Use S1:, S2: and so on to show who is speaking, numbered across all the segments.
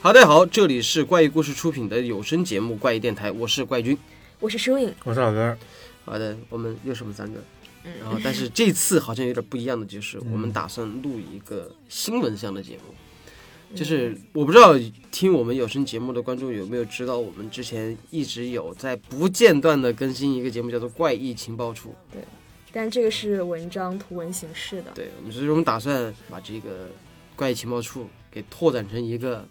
S1: 好，大家好，这里是怪异故事出品的有声节目《怪异电台》，我是怪君。
S2: 我是收影，
S3: 我是老根，
S1: 好的，我们又是我们三个，然后但是这次好像有点不一样的，就是我们打算录一个新闻向的节目，就是我不知道听我们有声节目的观众有没有知道，我们之前一直有在不间断的更新一个节目，叫做《怪异情报处》。
S2: 但这个是文章图文形式的，
S1: 对，我们所以我们打算把这个怪异情报处给拓展成一个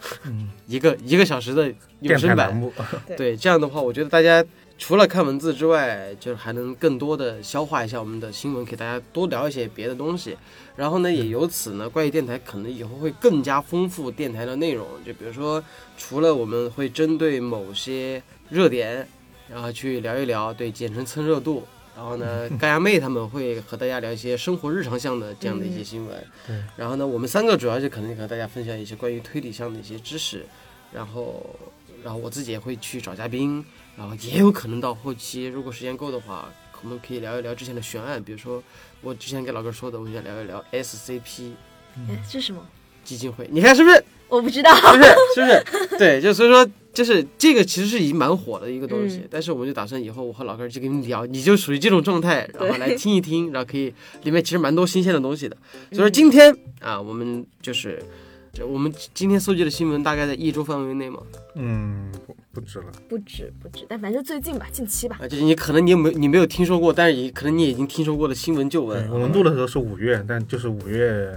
S1: 一个一个小时的有
S3: 嗯电台
S1: 声
S3: 栏
S1: 版。
S3: 目，
S1: 对，这样的话，我觉得大家除了看文字之外，就是还能更多的消化一下我们的新闻，给大家多聊一些别的东西。然后呢，也由此呢，怪异电台可能以后会更加丰富电台的内容。就比如说，除了我们会针对某些热点，然后去聊一聊，对，简称蹭热度。然后呢，盖亚妹他们会和大家聊一些生活日常项的这样的一些新闻。
S3: 对
S1: 然后呢，我们三个主要就可能和大家分享一些关于推理上的一些知识。然后然后我自己也会去找嘉宾，然后也有可能到后期，如果时间够的话，我们可以聊一聊之前的悬案，比如说我之前跟老哥说的，我们想聊一聊 SCP
S2: 哎，这是什么？
S1: 基金会，你看是不是？
S2: 我不知道。
S1: 是不是？是不是？对，就所以说，就是这个其实是已经蛮火的一个东西，
S2: 嗯
S1: 但是我们就打算以后我和老哥儿就跟你聊，你就属于这种状态，然后
S2: 对
S1: 来听一听，然后可以里面其实蛮多新鲜的东西的。所以说今天、啊，我们就是。这我们今天搜集的新闻大概在一周范围内嘛，
S3: 嗯，不不止了，
S2: 不止不止，但反正就最近吧，近期吧。
S1: 啊，就是你可能你有没有你没有听说过，但是也可能你已经听说过的新闻旧闻啊
S3: 对，，我们录的时候是五月，但就是五月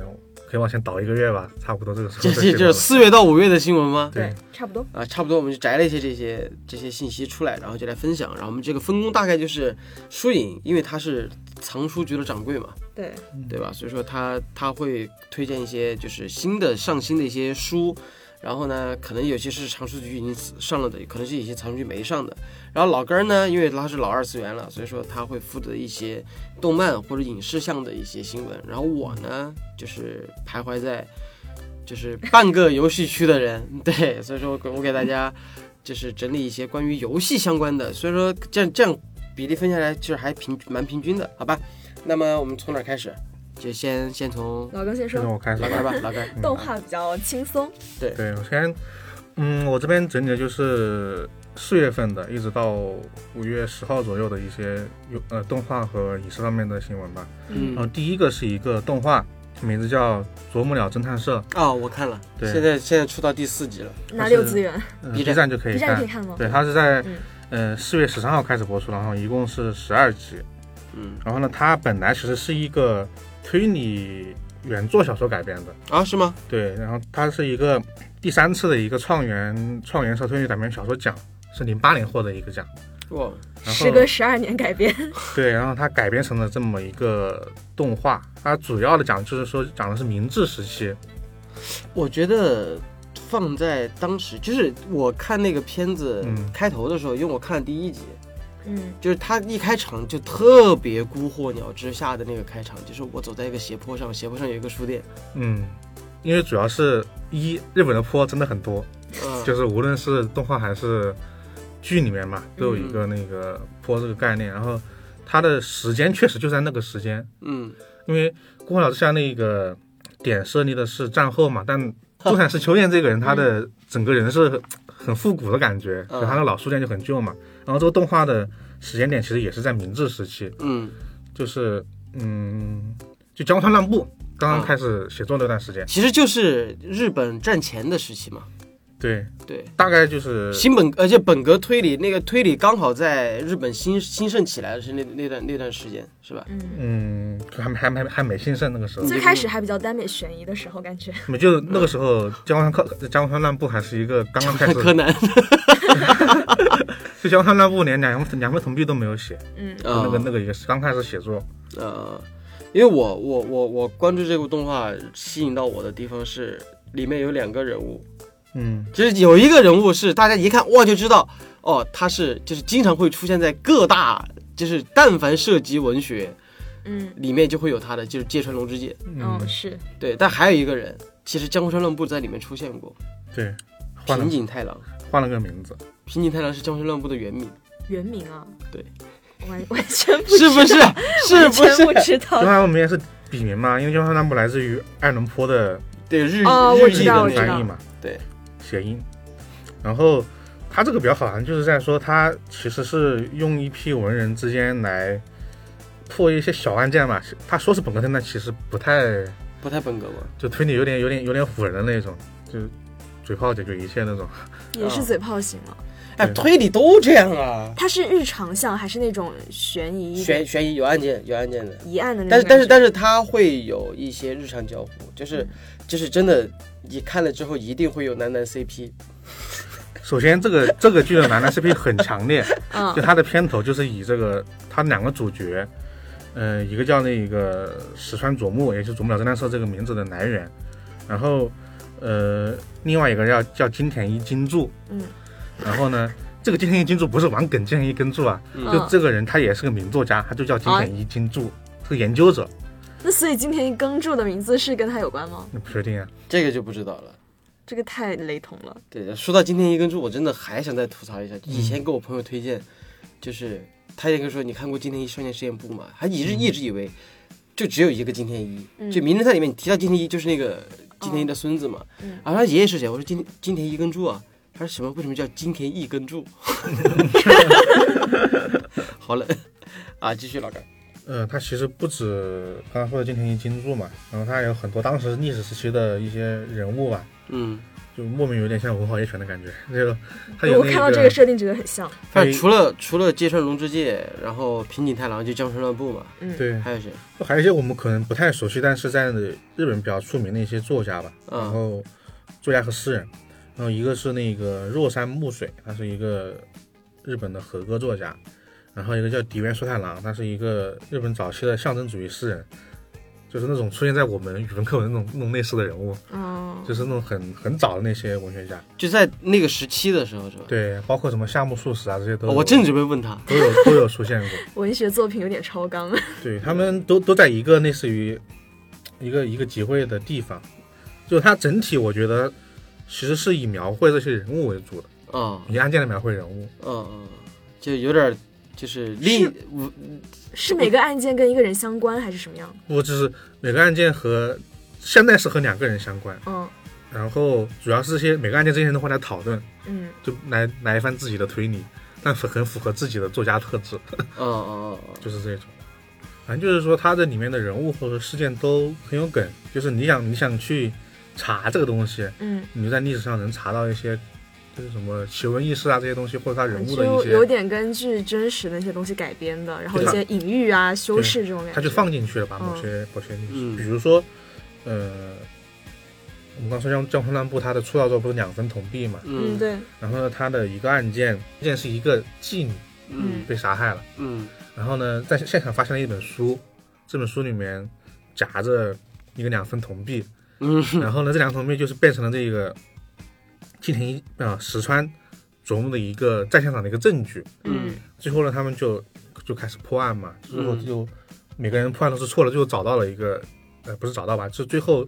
S3: 可以往前倒一个月吧，差不多这个时候
S1: 这这
S3: 就新闻了。
S1: 这是四月到五月的新闻吗？
S3: 对，
S2: 差不多。
S1: 啊，差不多我们就摘了一些这些这些信息出来，然后就来分享。然后我们这个分工大概就是，疏影因为他是藏书局的掌柜嘛，
S2: 对，
S1: 对吧？所以说他他会推荐一些就是新的上新的一些书，然后呢，可能有些是藏书局已经上了的，可能是有些藏书局没上的。然后老根儿呢，因为他是老二次元了，所以说他会负责一些动漫或者影视项的一些新闻。然后我呢，就是徘徊在就是半个游戏区的人， 对，所以说我给我给大家就是整理一些关于游戏相关的，所以说这样这样比例分下来就是还平蛮平均的，好吧？那么我们从哪儿开始？就先先从
S2: 老刚先
S3: 这
S2: 说
S3: 种，我开始
S1: 老根
S3: 吧
S1: 儿。吧，老根儿。
S2: 动画比较轻松。
S3: 对，我先，嗯，我这边整理的就是四月份的，一直到五月十号左右的一些有呃动画和影视方面的新闻吧。
S1: 嗯
S3: 然后第一个是一个动画，名字叫《啄木鸟侦探社》
S1: 哦，我看了，
S3: 对
S1: 现在现在出到第四集了。
S2: 哪里有资源
S3: 呃
S1: B
S3: ，B
S1: 站
S3: 站就可以
S2: ？B 站
S3: 看
S2: 可以。看吗？
S3: 对，它是在
S2: 嗯
S3: 呃四月十三号开始播出，然后一共是十二集。
S1: 嗯，
S3: 然后呢，它本来其实是一个推理原作小说改编的，
S1: 啊，是吗？
S3: 对。然后它是一个第三次的一个创元创元社推理改编小说奖，是零八年获得一个奖。
S1: 哇，
S3: 然
S2: 时
S3: 后
S2: 隔十二年改编。
S3: 对，然后它改编成了这么一个动画，它主要的讲就是说讲的是明治时期，
S1: 我觉得放在当时，就是我看那个片子
S3: 嗯
S1: 开头的时候，因为我看了第一集，
S2: 嗯，
S1: 就是他一开场就特别孤鹤鸟之下的那个开场，就是我走在一个斜坡上，斜坡上有一个书店，
S3: 嗯，因为主要是一日本的坡真的很多，
S1: 嗯，
S3: 就是无论是动画还是剧里面嘛，都有一个那个坡这个概念。然后它的时间确实就在那个时间，
S1: 嗯，
S3: 因为顾浩老师像那个点设立的是战后嘛，但助产士秋彦这个人，他的整个人是很很复古的感觉，
S1: 嗯
S3: 就他的老书店就很旧嘛。然后这个动画的时间点其实也是在明治时期，
S1: 嗯，
S3: 就是嗯，就江户川乱步刚刚
S1: 啊
S3: 开始写作那段时间，
S1: 其实就是日本战前的时期嘛。
S3: 对，
S1: 对，
S3: 大概就是
S1: 新本而且本格推理那个推理刚好在日本兴兴盛起来的是那那段那段时间是吧？
S3: 嗯，还还还还没兴盛那个
S1: 嗯
S3: 时候。
S2: 最开始还比较耽美悬疑的时候，感觉
S3: 没就那个时候，江户川克江户川乱步还是一个 刚刚开始，
S1: 柯南
S3: 就江户川乱步连两两份铜币都没有写，
S2: 嗯
S3: 就啊那个
S1: 嗯
S3: 那个也是刚开始写作，
S1: 呃，因为我我我我关注这部动画吸引到我的地方是里面有两个人物，
S3: 嗯，
S1: 就是有一个人物是大家一看哇就知道，哦，他是就是经常会出现在各大就是但凡涉及文学
S2: 嗯
S1: 里面就会有他的，就是芥川龙之介。
S2: 嗯是
S1: 对，但还有一个人，其实江户川乱步在里面出现过，
S3: 对，换了
S1: 平井太郎。
S3: 换了个名字，
S1: 平井太郎是江户川乱步的原名，
S2: 原名啊。
S1: 对，
S2: 完完全不
S1: 是不是
S2: 知道？？
S1: 是不
S2: 完全不
S1: 是？
S2: 知
S3: 江 户
S2: 道？
S3: 川我们也是笔名嘛，因为江户川乱步来自于爱伦坡的
S1: 对日
S2: 哦
S1: 日
S2: 我
S1: 语
S2: 知
S3: 日语
S2: 道
S1: 的
S2: 我
S3: 的
S2: 知道
S3: 翻译嘛，
S1: 对，
S3: 谐音。然后他这个比较好玩，就是在说他其实是用一批文人之间来破一些小案件嘛。他说是本科生，但其实不太
S1: 不太本格嘛。
S3: 就推理有点有点有点唬人的那种，就嘴炮解决一切那种。
S2: 也是嘴炮型了。
S1: 哎，推理都这样啊，
S2: 它是日常向还是那种悬疑
S1: 悬悬疑有案件有案件的，
S2: 疑案的那
S1: 但
S2: 种
S1: 是嗯但
S2: 感觉？
S1: 是嗯但是他会有一些日常交互，就是就是真的，你看了之后一定会有男男 CP，
S3: 首先，这个这个剧的男男 CP 很强烈，
S2: 嗯
S3: 就它的片头就是以这个他两个主角，呃，一个叫那个石川佐木，也就是佐木鸟侦探社这个名字的来源，然后呃，另外一个叫叫金田一金柱，
S2: 嗯，
S3: 然后呢，这个金田一金柱不是玩梗金田一根柱啊，
S1: 嗯
S3: 就这个人他也是个名作家，他就叫金田一金柱，是个研究者，
S2: 那所以今天一耕助的名字是跟他有关吗？
S3: 那不确定啊，
S1: 这个就不知道了。
S2: 这个太雷同了。
S1: 对，说到今天一根柱，我真的还想再吐槽一下，以前给我朋友推荐，就是他也跟我说你看过《今天一少年实验部》吗？还一直一直以为就只有一个金天一，
S2: 嗯
S1: 就《名侦探》里面你提到金天一就是那个金天一的孙子嘛。
S2: 嗯
S1: 然后他爷爷是谁？我说金金田一根柱啊。他说什么？为什么叫金田一根柱？ 好冷啊！继续老干，
S3: 呃，它其实不止刚刚说的金田一金柱嘛，然后它有很多当时历史时期的一些人物吧，
S1: 嗯，
S3: 就莫名有点像文豪野犬的感觉。 那个他有
S2: 嗯我
S3: 那
S2: 看到这个设定觉得很像。
S1: 反
S3: 对
S1: 正除了除了芥川龙之介，然后平井太郎就江川乱步嘛，
S2: 嗯，
S3: 对，
S1: 还有谁？
S3: 还有一些我们可能不太熟悉，但是在日本比较出名的一些作家吧，
S1: 嗯
S3: 然后作家和诗人，然后一个是那个若山木水，他是一个日本的和歌作家，然后一个叫迪原说太郎，他是一个日本早期的象征主义诗人，就是那种出现在我们语文课文那种那种类似的人物，
S2: 嗯
S3: 就是那种很很早的那些文学家，
S1: 就在那个时期的时候是吧？
S3: 对，包括什么夏目漱石啊这些都
S1: 哦
S3: 有、
S1: 我正准备问他，
S3: 都有都有出现过。
S2: 文学作品有点超 纲。
S3: 对他们都都在一个类似于一个一个集会的地方，就它整体我觉得其实是以描绘这些人物为主的，
S1: 啊
S3: 以案件来描绘人物。
S1: 嗯嗯，就有点儿就是另嗯我
S2: 是每个案件跟一个人相关还是什么样？
S3: 不过就是每个案件和现在是和两个人相关，
S2: 嗯
S3: 然后主要是这些每个案件这些人都会来讨论，
S2: 嗯，
S3: 就来来一番自己的推理，但很很符合自己的作家特质，
S1: 嗯嗯嗯
S3: 就是这种。反正就是说，它这里面的人物或者事件都很有梗，就是你想你想去查这个东西，
S2: 嗯，
S3: 你就在历史上能查到一些，就是什么奇闻异事啊这些东西，或者他人物的一
S2: 就有
S3: 些，
S2: 点根据真实的那些东西改编的，然后
S3: 对
S2: 一
S3: 它
S2: 些隐喻啊、修饰这种感觉。
S3: 他就放进去了吧，
S2: 嗯
S3: 某些某些历史，
S1: 嗯
S3: 比如说，呃，我们刚说像江户乱步，他的出道作不是两分铜币嘛，
S2: 嗯，
S1: 嗯
S2: 对，
S3: 然后呢，他的一个案件，案件是一个妓女
S1: 嗯
S3: 被杀害了，
S1: 嗯
S3: 然后呢，在现场发现了一本书，这本书里面夹着一个两分铜币，
S1: 嗯
S3: 然后呢，这两个铜币就是变成了这个金田一啊石川琢磨的一个在现场的一个证据。
S1: 嗯
S3: 最后呢，他们就就开始破案嘛，最后
S1: 嗯
S3: 就每个人破案都是错了，最后找到了一个，呃，不是找到吧，就最后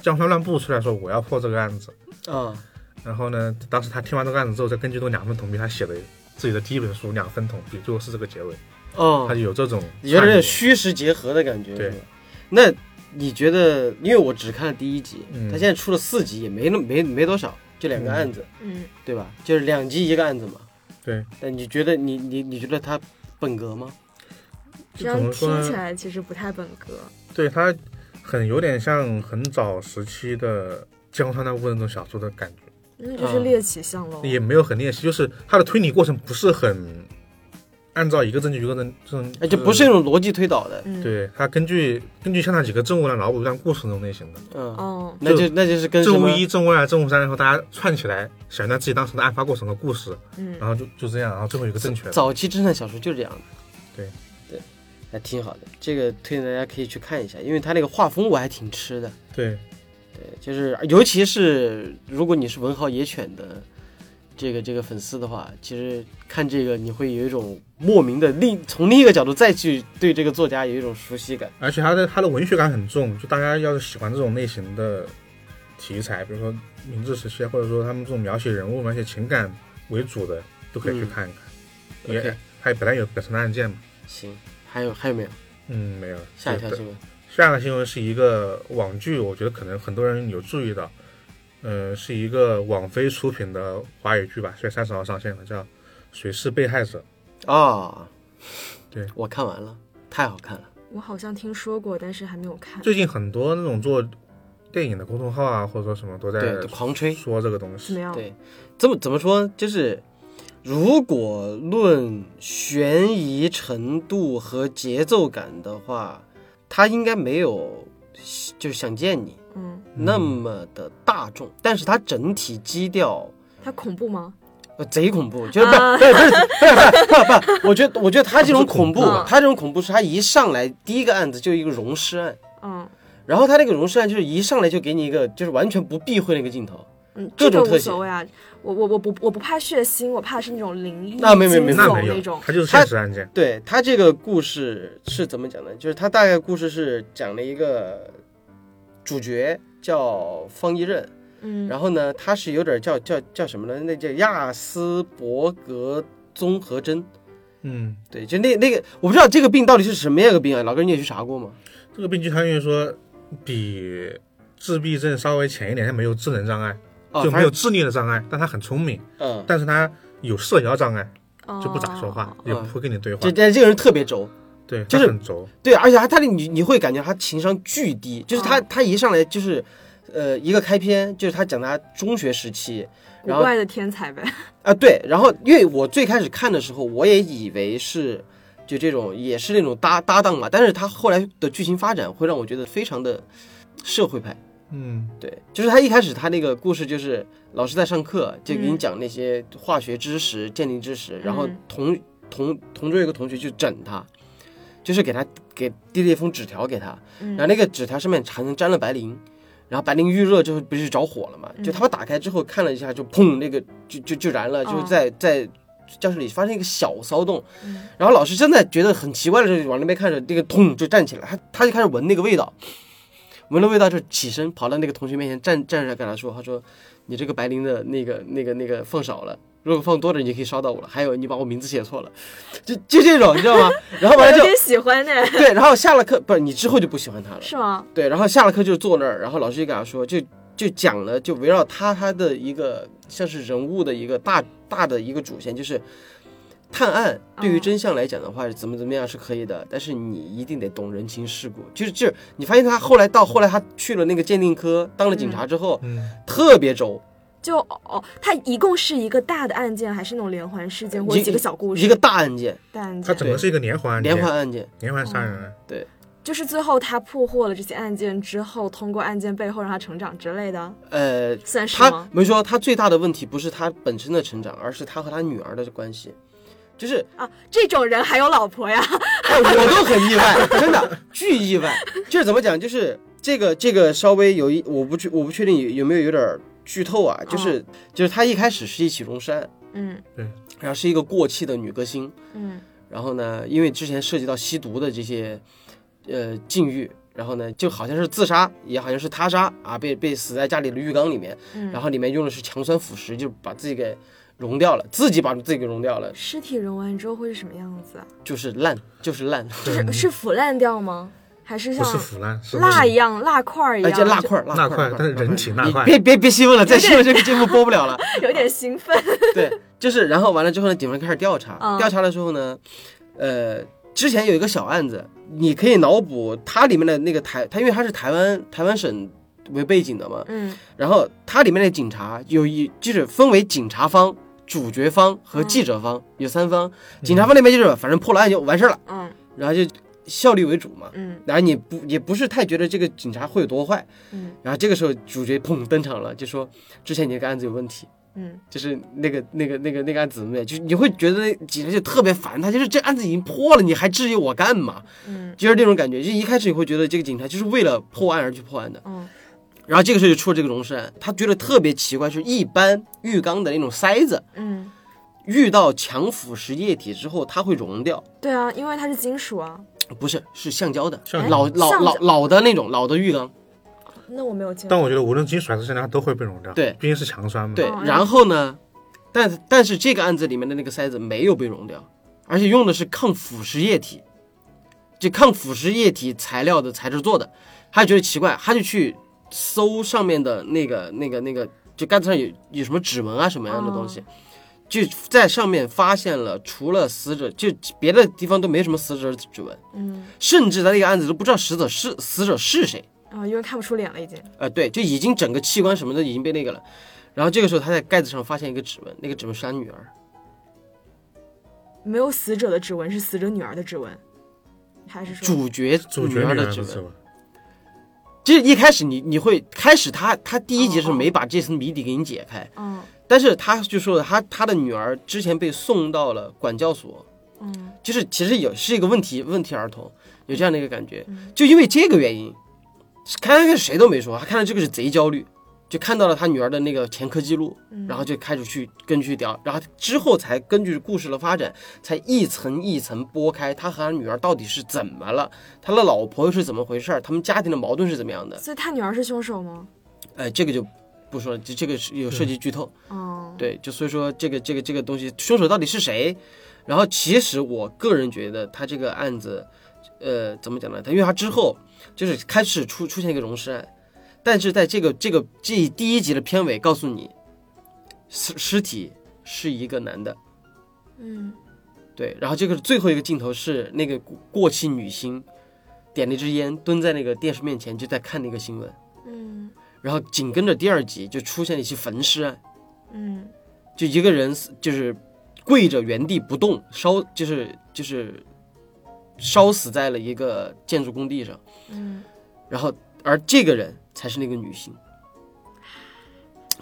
S3: 江川乱步出来说我要破这个案子，
S1: 啊
S3: 然后呢，当时他听完这个案子之后，再根据这个两分铜币，他写的自己的第一本书《两分铜币》，最后是这个结尾，他
S1: 哦
S3: 就，有这种
S1: 有点
S3: 点
S1: 儿虚实结合的感觉。
S3: 对
S1: 是吧，那你觉得？因为我只看了第一集，
S3: 嗯
S1: 他现在出了四集，也没那没没多少，就两个案子，
S2: 嗯，
S1: 对吧？就是两集一个案子嘛。
S3: 对，
S1: 那你觉得你你你觉得他本格吗？
S2: 这
S3: 就怎
S2: 样
S3: 么说
S2: 听起
S3: 呢？
S2: 来其实不太本格。
S3: 对他很有点像很早时期的江川乱步那种小说的感觉。
S2: 那就是猎奇向喽。
S3: 也没有很练习，就是他的推理过程不是很按照一个证据一个证证，
S1: 哎，就不是那种逻辑推导的，
S2: 嗯，，
S3: 对他根据根据像那几个证物来脑补一段故事那种类型的，
S1: 嗯，
S2: 哦，
S1: 那就那就是跟什
S3: 证物
S1: 么
S3: 一、证物二、证物三，然后大家串起来想一段自己当时的案发过程和故事，
S2: 嗯
S3: 然，后就就这样，然后最后有一个正确的。
S1: 早期侦探小说就这样的。
S3: 对
S1: 对，还挺好的，这个推荐大家可以去看一下，因为它那个画风我还挺吃的。
S3: 对，
S1: 对，就是尤其是如果你是文豪野犬的这个这个粉丝的话，其实看这个你会有一种莫名的另从另一个角度再去对这个作家有一种熟悉感。
S3: 而且他的他的文学感很重，就大家要是喜欢这种类型的题材，比如说明治时期，或者说他们这种描写人物、描写情感为主的，都可以去
S1: 嗯
S3: 看一看。
S1: OK
S3: 也还本来有本身的案件嘛，
S1: 行，还有还有没有
S3: 嗯，没有了。
S1: 下一条
S3: 对
S1: 新闻？
S3: 下一个新闻是一个网剧，我觉得可能很多人有注意到，呃，是一个网飞出品的华语剧吧，所以三十号上线了，叫《谁是被害者》。
S1: 啊，
S3: 对
S1: 我看完了，太好看了。
S2: 我好像听说过，但是还没有看。
S3: 最近很多那种做电影的公众号啊，或者说什么都在
S1: 对，狂吹。
S3: 说这个东
S2: 怎么
S3: 西。
S2: 样？
S1: 对，这么怎么说？就是如果论悬疑程度和节奏感的话，它应该没有就是想见你
S2: 嗯，
S1: 那么的大众，但是它整体基调。
S2: 它恐怖吗？
S1: 呃，贼恐怖，就是不是、不是 不是不是不是不，我觉得我觉得他这种恐怖
S2: 啊它不是恐，怖啊
S1: 他这种恐怖是他一上来第一个案子就一个溶尸案，
S2: 嗯
S1: 然后他那个溶尸案就是一上来就给你一个就是完全不避讳那个镜头，
S2: 嗯，
S1: 各
S2: 这
S1: 种
S2: 个
S1: 特
S2: 无
S1: 写
S2: 所谓啊。我我我不我不怕血腥，我怕是那种灵异
S1: 那没没没
S2: 惊
S3: 那
S2: 悚
S3: 没
S2: 那
S3: 有
S2: 种，。
S3: 它就是现实案件。
S1: 对他这个故事是怎么讲呢？就是他大概故事是讲了一个主角叫方一任，
S2: 嗯，
S1: 然后呢，他是有点叫叫叫什么呢？那叫亚斯伯格综合征。
S3: 嗯，
S1: 对，就那那个，我不知道这个病到底是什么样一个病啊？老哥，你也去查过吗？
S3: 这个病据他愿意说比自闭症稍微浅一点，他没有智能障碍，
S1: 啊，
S3: 就
S1: 反
S3: 没有
S1: 正
S3: 智力的障碍，但他很聪明，
S1: 嗯，
S3: 但是他有社交障碍，就不咋说
S2: 哦
S3: 话，也不会跟你对话
S1: 这。这这个人特别轴，
S3: 对，
S1: 就
S3: 他
S1: 是
S3: 很轴。
S1: 对，而且他他的你你会感觉他情商巨低，就是他、
S3: 啊
S2: 哦
S1: 他一上来就是，呃，一个开篇就是他讲他中学时期，
S2: 古
S1: 然后
S2: 怪的天才呗。
S1: 啊，对，然后因为我最开始看的时候，我也以为是就这种也是那种搭搭档嘛，但是他后来的剧情发展会让我觉得非常的社会派。
S3: 嗯，
S1: 对，就是他一开始他那个故事就是老师在上课，就给你
S2: 嗯
S1: 讲那些化学知识、鉴定知识，然后
S2: 嗯
S1: 同同同桌有个同学就整他，就是给他给递了一封纸条给他，然后
S2: 嗯
S1: 那个纸条上面还沾了白磷，然后白磷遇热之后不是着火了嘛？
S2: 嗯
S1: 就他们打开之后看了一下，就砰，那个就就就燃了，就
S2: 哦
S1: 在在教室里发生一个小骚动。
S2: 嗯
S1: 然后老师正在觉得很奇怪的时候，往那边看着，那个咚就站起来，他他就开始闻那个味道，闻了味道就起身跑到那个同学面前站站着跟他说，他说你这个白磷的那个那个那个放少了。如果放多了，你就可以烧到我了。还有，你把我名字写错了，就就这种，你知道吗？然后
S2: 我
S1: 完了
S2: 有
S1: 就
S2: 点喜欢呢，
S1: 对，然后下了课不是你之后就不喜欢他了，
S2: 是吗？
S1: 对，然后下了课就坐那儿，然后老师就给他说，就就讲了，就围绕他他的一个像是人物的一个大大的一个主线，就是探案对于
S2: 哦
S1: 真相来讲的话，怎么怎么样是可以的，但是你一定得懂人情世故。就是就是你发现他后来到后来他去了那个鉴定科，当了警察之后，
S3: 嗯，
S1: 特别轴，
S2: 就哦，它一共是一个大的案件，还是那种连环事件或者
S1: 一
S2: 几个小故事？
S1: 一个大案件，
S2: 大案
S3: 他
S2: 件，
S3: 整个是一个连环案件
S1: 连环案件。
S3: 连环杀人啊案。
S2: 就是最后他破获了这些案件之后，通过案件背后让他成长之类的，
S1: 呃，
S2: 算是
S1: 他
S2: 吗？
S1: 没说他最大的问题不是他本身的成长，而是他和他女儿的关系，就是
S2: 啊，这种人还有老婆呀？
S1: 哎， 我都很意外， 真的巨意外。就是怎么讲，就是这个这个稍微有一，我不确我不确定有有没有有点儿剧透啊，就是、就是他一开始是一起龙山，
S2: 嗯
S1: 然后是一个过气的女歌星，
S2: 嗯
S1: 然后呢，因为之前涉及到吸毒的这些呃境遇。然后呢，就好像是自杀，也好像是他杀啊，被被死在家里的浴缸里面，
S2: 嗯，
S1: 然后里面用的是强酸腐蚀，就把自己给溶掉了，自己把自己给溶掉了，
S2: 嗯尸体融完之后会是什么样子啊？
S1: 就是烂，嗯就是烂，
S2: 就是是腐烂掉吗？还是
S3: 不
S2: 像
S3: 是腐烂，是
S2: 蜡一样、蜡块儿一
S1: 而
S2: 样？
S1: 且蜡哎
S2: 就
S1: 块儿，
S3: 蜡
S1: 块
S3: 块
S1: 儿，
S3: 但是人体蜡
S1: 你
S3: 块
S1: 别别别兴奋了，再兴奋这个节目播不了了。
S2: 有点兴奋。
S1: 对，就是然后完了之后呢，警方开始调查，
S2: 嗯
S1: 调查的时候呢，呃，之前有一个小案子，你可以脑补它里面的那个台，它因为它是台湾台湾省为背景的嘛，
S2: 嗯
S1: 然后它里面的警察有一就是分为警察方。主角方和记者方、有三方，
S3: 嗯
S1: 警察方那边就是反正破了案就完事儿了，
S2: 嗯
S1: 然后就效率为主嘛。
S2: 嗯
S1: 然后你不也不是太觉得这个警察会有多坏，
S2: 嗯
S1: 然后这个时候主角砰登场了，就说之前你那个案子有问题，
S2: 嗯，
S1: 就是那个那个那个那个案子怎么样，就是你会觉得那警察就特别烦他，就是这案子已经破了，你还质疑我干嘛？
S2: 嗯
S1: 就是那种感觉，就一开始你会觉得这个警察就是为了破案而去破案的。
S2: 嗯
S1: 然后这个时候就出了这个溶尸案，他觉得特别奇怪，就是一般浴缸的那种塞子
S2: 嗯，
S1: 遇到强腐蚀液体之后，它会溶掉，
S2: 对啊，因为它是金属啊。
S1: 不是是橡胶的，
S3: 像
S2: 哎
S1: 嗯老老
S2: 橡
S1: 老
S2: 胶
S1: 老的那种老的浴缸。
S2: 那我没有见
S3: 但
S2: 过。
S3: 我觉得无论金属还是橡胶，它都会被溶掉。
S1: 对
S3: 毕竟是强酸嘛。
S1: 对
S2: 哦，
S1: 然后呢，但但是这个案子里面的那个塞子没有被溶掉，而且用的是抗腐蚀液体，就抗腐蚀液体材料的材质做的。他觉得奇怪，他就去搜上面的那个、那个、那个，就杆子上有有什么指纹啊什么样的东西，就在上面发现了，除了死者，就别的地方都没什么死者指纹，
S2: 嗯，
S1: 甚至在那个案子都不知道死者是死者是谁。
S2: 啊、因为看不出脸了已经。
S1: 呃，对，就已经整个器官什么的已经被那个了。然后这个时候，他在盖子上发现一个指纹，那个指纹是他女儿。
S2: 没有死者的指纹，是死者女儿的指纹，还是说？
S1: 主角
S3: 主角
S1: 女儿
S3: 女
S1: 的
S3: 儿
S1: 指
S3: 是
S1: 纹，
S3: 吧？
S1: 就是一开始你你会开始他他第一集是
S2: 哦
S1: 没把这层谜底给你解开，
S2: 嗯
S1: 但是他就说了他他的女儿之前被送到了管教所，
S2: 嗯
S1: 就是其实有是一个问题问题儿童，有这样的一个感觉
S2: 嗯，
S1: 就因为这个原因，刚开始谁都没说，他看到这个是贼焦虑，就看到了他女儿的那个前科记录，
S2: 嗯，
S1: 然后就开始去根据调，然后之后才根据故事的发展，才一层一层剥开他和他女儿到底是怎么了，他的老婆又是怎么回事儿，他们家庭的矛盾是怎么样的，
S2: 所以他女儿是凶手吗？
S1: 哎，这个就不说了，就这个是有涉及剧透，
S2: 哦，
S1: 对，就所以说这个这个这个东西凶手到底是谁，然后其实我个人觉得他这个案子，呃，怎么讲呢？他因为他之后就是开始出出现一个溶尸案，但是在这个这个这第一集的片尾告诉你，尸尸体是一个男的。
S2: 嗯，
S1: 对，然后这个最后一个镜头是那个过过气女星点了一支烟，蹲在那个电视面前就在看那个新闻，
S2: 嗯
S1: 然后紧跟着第二集就出现了一起焚尸案，
S2: 嗯
S1: 就一个人死就是跪着原地不动，烧就是就是烧死在了一个建筑工地上，
S2: 嗯
S1: 然后而这个人才是那个女星，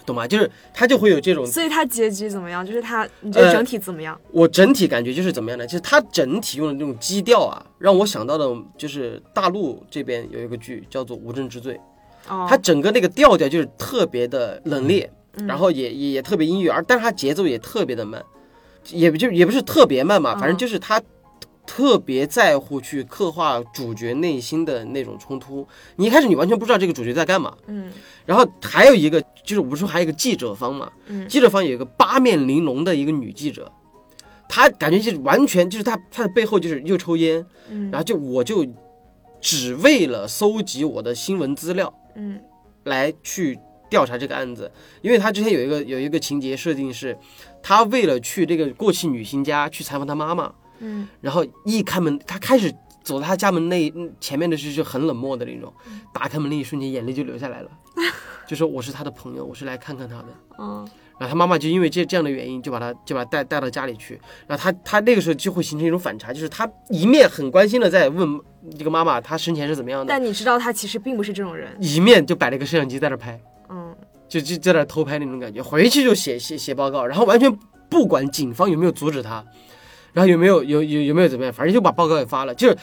S1: 懂吗？就是他就会有这种
S2: 所以他结局怎么样？就是他，你觉得
S1: 呃
S2: 整体怎么样？
S1: 我整体感觉就是怎么样呢？就是它整体用的那种基调啊，让我想到的就是大陆这边有一个剧叫做《无证之罪》，
S2: 哦，
S1: 它整个那个调调就是特别的冷冽，
S2: 嗯
S1: 然后也也也特别音乐，而但是它节奏也特别的慢，也就也不是特别慢嘛，
S2: 嗯
S1: 反正就是它特别在乎去刻画主角内心的那种冲突。你一开始你完全不知道这个主角在干嘛，
S2: 嗯
S1: 然后还有一个就是我不是说还有一个记者方嘛，
S2: 嗯
S1: 记者方有一个八面玲珑的一个女记者，她感觉就是完全就是她她的背后就是又抽烟，
S2: 嗯，
S1: 然后就我就只为了搜集我的新闻资料
S2: 嗯
S1: 来去调查这个案子，因为她之前有一个有一个情节设定是，她为了去这个过气女星家去采访她妈妈，
S2: 嗯
S1: 然后一开门，她开始走到她家门那前面的是就很冷漠的那种，打开门那一瞬间眼泪就流下来了，就说我是她的朋友，我是来看看她的。
S2: 嗯
S1: 然后他妈妈就因为这这样的原因，就把他就把他带带到家里去。然后他他那个时候就会形成一种反差，就是他一面很关心的在问这个妈妈她生前是怎么样的，
S2: 但你知道他其实并不是这种人，
S1: 一面就摆了个摄像机在那拍，
S2: 嗯
S1: 就就在那偷拍那种感觉。回去就写写写报告，然后完全不管警方有没有阻止他，然后有没有有有有没有怎么样，反正就把报告给发了，就是。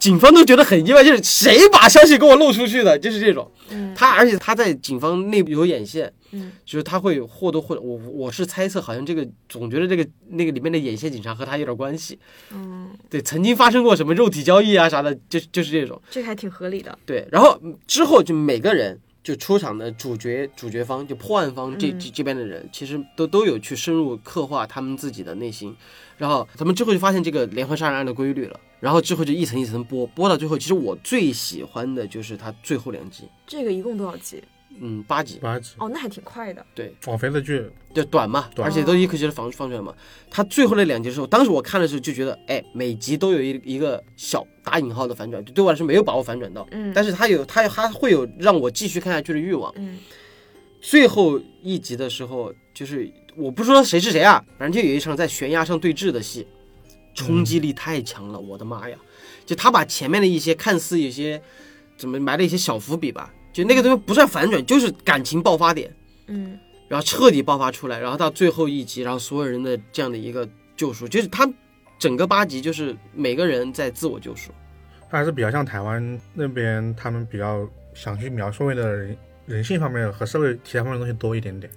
S1: 警方都觉得很意外，就是谁把消息给我漏出去的，就是这种。
S2: 嗯
S1: 他而且他在警方内部有眼线，
S2: 嗯
S1: 就是他会或多或少，我我是猜测，好像这个总觉得这个那个里面的眼线警察和他有点关系，
S2: 嗯，
S1: 对，曾经发生过什么肉体交易啊啥的，就就是这种，
S2: 这个还挺合理的。
S1: 对。然后嗯之后就每个人就出场的主角主角方就破案方这
S2: 嗯
S1: 这这边的人，其实都都有去深入刻画他们自己的内心，然后他们之后就发现这个连环杀人案的规律了，然后之后就一层一层剥剥到最后，其实我最喜欢的就是他最后两集，
S2: 这个一共多少集？
S1: 嗯，八集，
S3: 八集，
S2: 哦，那还挺快的。
S3: 网飞的剧
S1: 就短嘛，
S3: 短
S1: 而且都一口气的放放出来嘛。他最后那两集的时候，当时我看的时候就觉得，哎，每集都有一一个小打引号的反转，就对我来说没有把握反转到，
S2: 嗯，
S1: 但是他有他他会有让我继续看下去的欲望。
S2: 嗯
S1: 最后一集的时候，就是我不说谁是谁啊，反正就有一场在悬崖上对峙的戏，冲击力太强了，我的妈呀！就他把前面的一些看似有些怎么埋了一些小伏笔吧，就那个东西不算反转，就是感情爆发点。
S2: 嗯
S1: 然后彻底爆发出来，然后到最后一集，然后所有人的这样的一个救赎，就是他整个八集就是每个人在自我救赎。
S3: 它还是比较像台湾那边，他们比较想去描述为了人人性方面和社会题材方面的东西多一点点。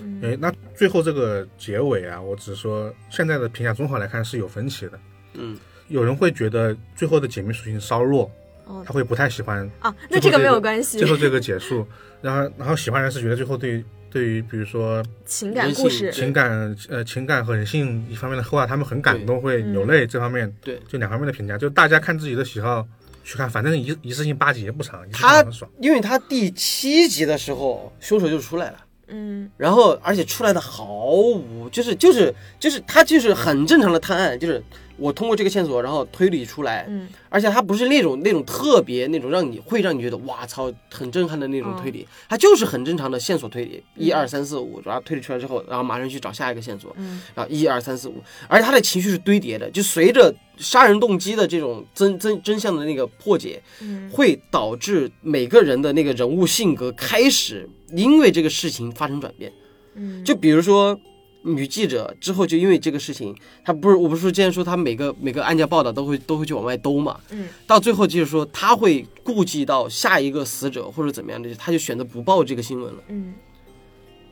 S2: 嗯
S3: 诶，那最后这个结尾啊，我只说现在的评价综合来看是有分歧的。
S1: 嗯，
S3: 有人会觉得最后的解密属性稍弱，
S2: 哦
S3: 他会不太喜欢
S2: 啊，那这个没有关系
S3: 最。后这个结束，然后然后喜欢人是觉得最后对对于比如说
S2: 情感
S1: 人
S2: 故
S1: 性
S2: 事，
S1: 对
S3: 情感呃情感和人性一方面的话，他们很感动，会流泪这方面，
S1: 对
S3: 就两方面的评价，就大家看自己的喜好去看，反正一一次性八集也不长，一次性
S1: 他
S3: 很爽。
S1: 因为他第七集的时候，凶手就出来了。
S2: 嗯，
S1: 然后，而且出来的毫无，就是就是就是他就是很正常的探案，就是我通过这个线索，然后推理出来，
S2: 嗯，
S1: 而且他不是那种那种特别那种让你会让你觉得哇操很震撼的那
S2: 哦
S1: 种推理，他就是很正常的线索推理，一二三四五，然后推理出来之后，然后马上去找下一个线索，
S2: 嗯
S1: 然后一二三四五，而且他的情绪是堆叠的，就随着杀人动机的这种真真真相的那个破解，
S2: 嗯
S1: 会导致每个人的那个人物性格开始因为这个事情发生转变。
S2: 嗯，
S1: 就比如说女记者之后就因为这个事情，她不是我不是之前说她每个每个案件报道都会都会去往外兜嘛，
S2: 嗯，
S1: 到最后就是说她会顾及到下一个死者或者怎么样的，她就选择不报这个新闻了。
S2: 嗯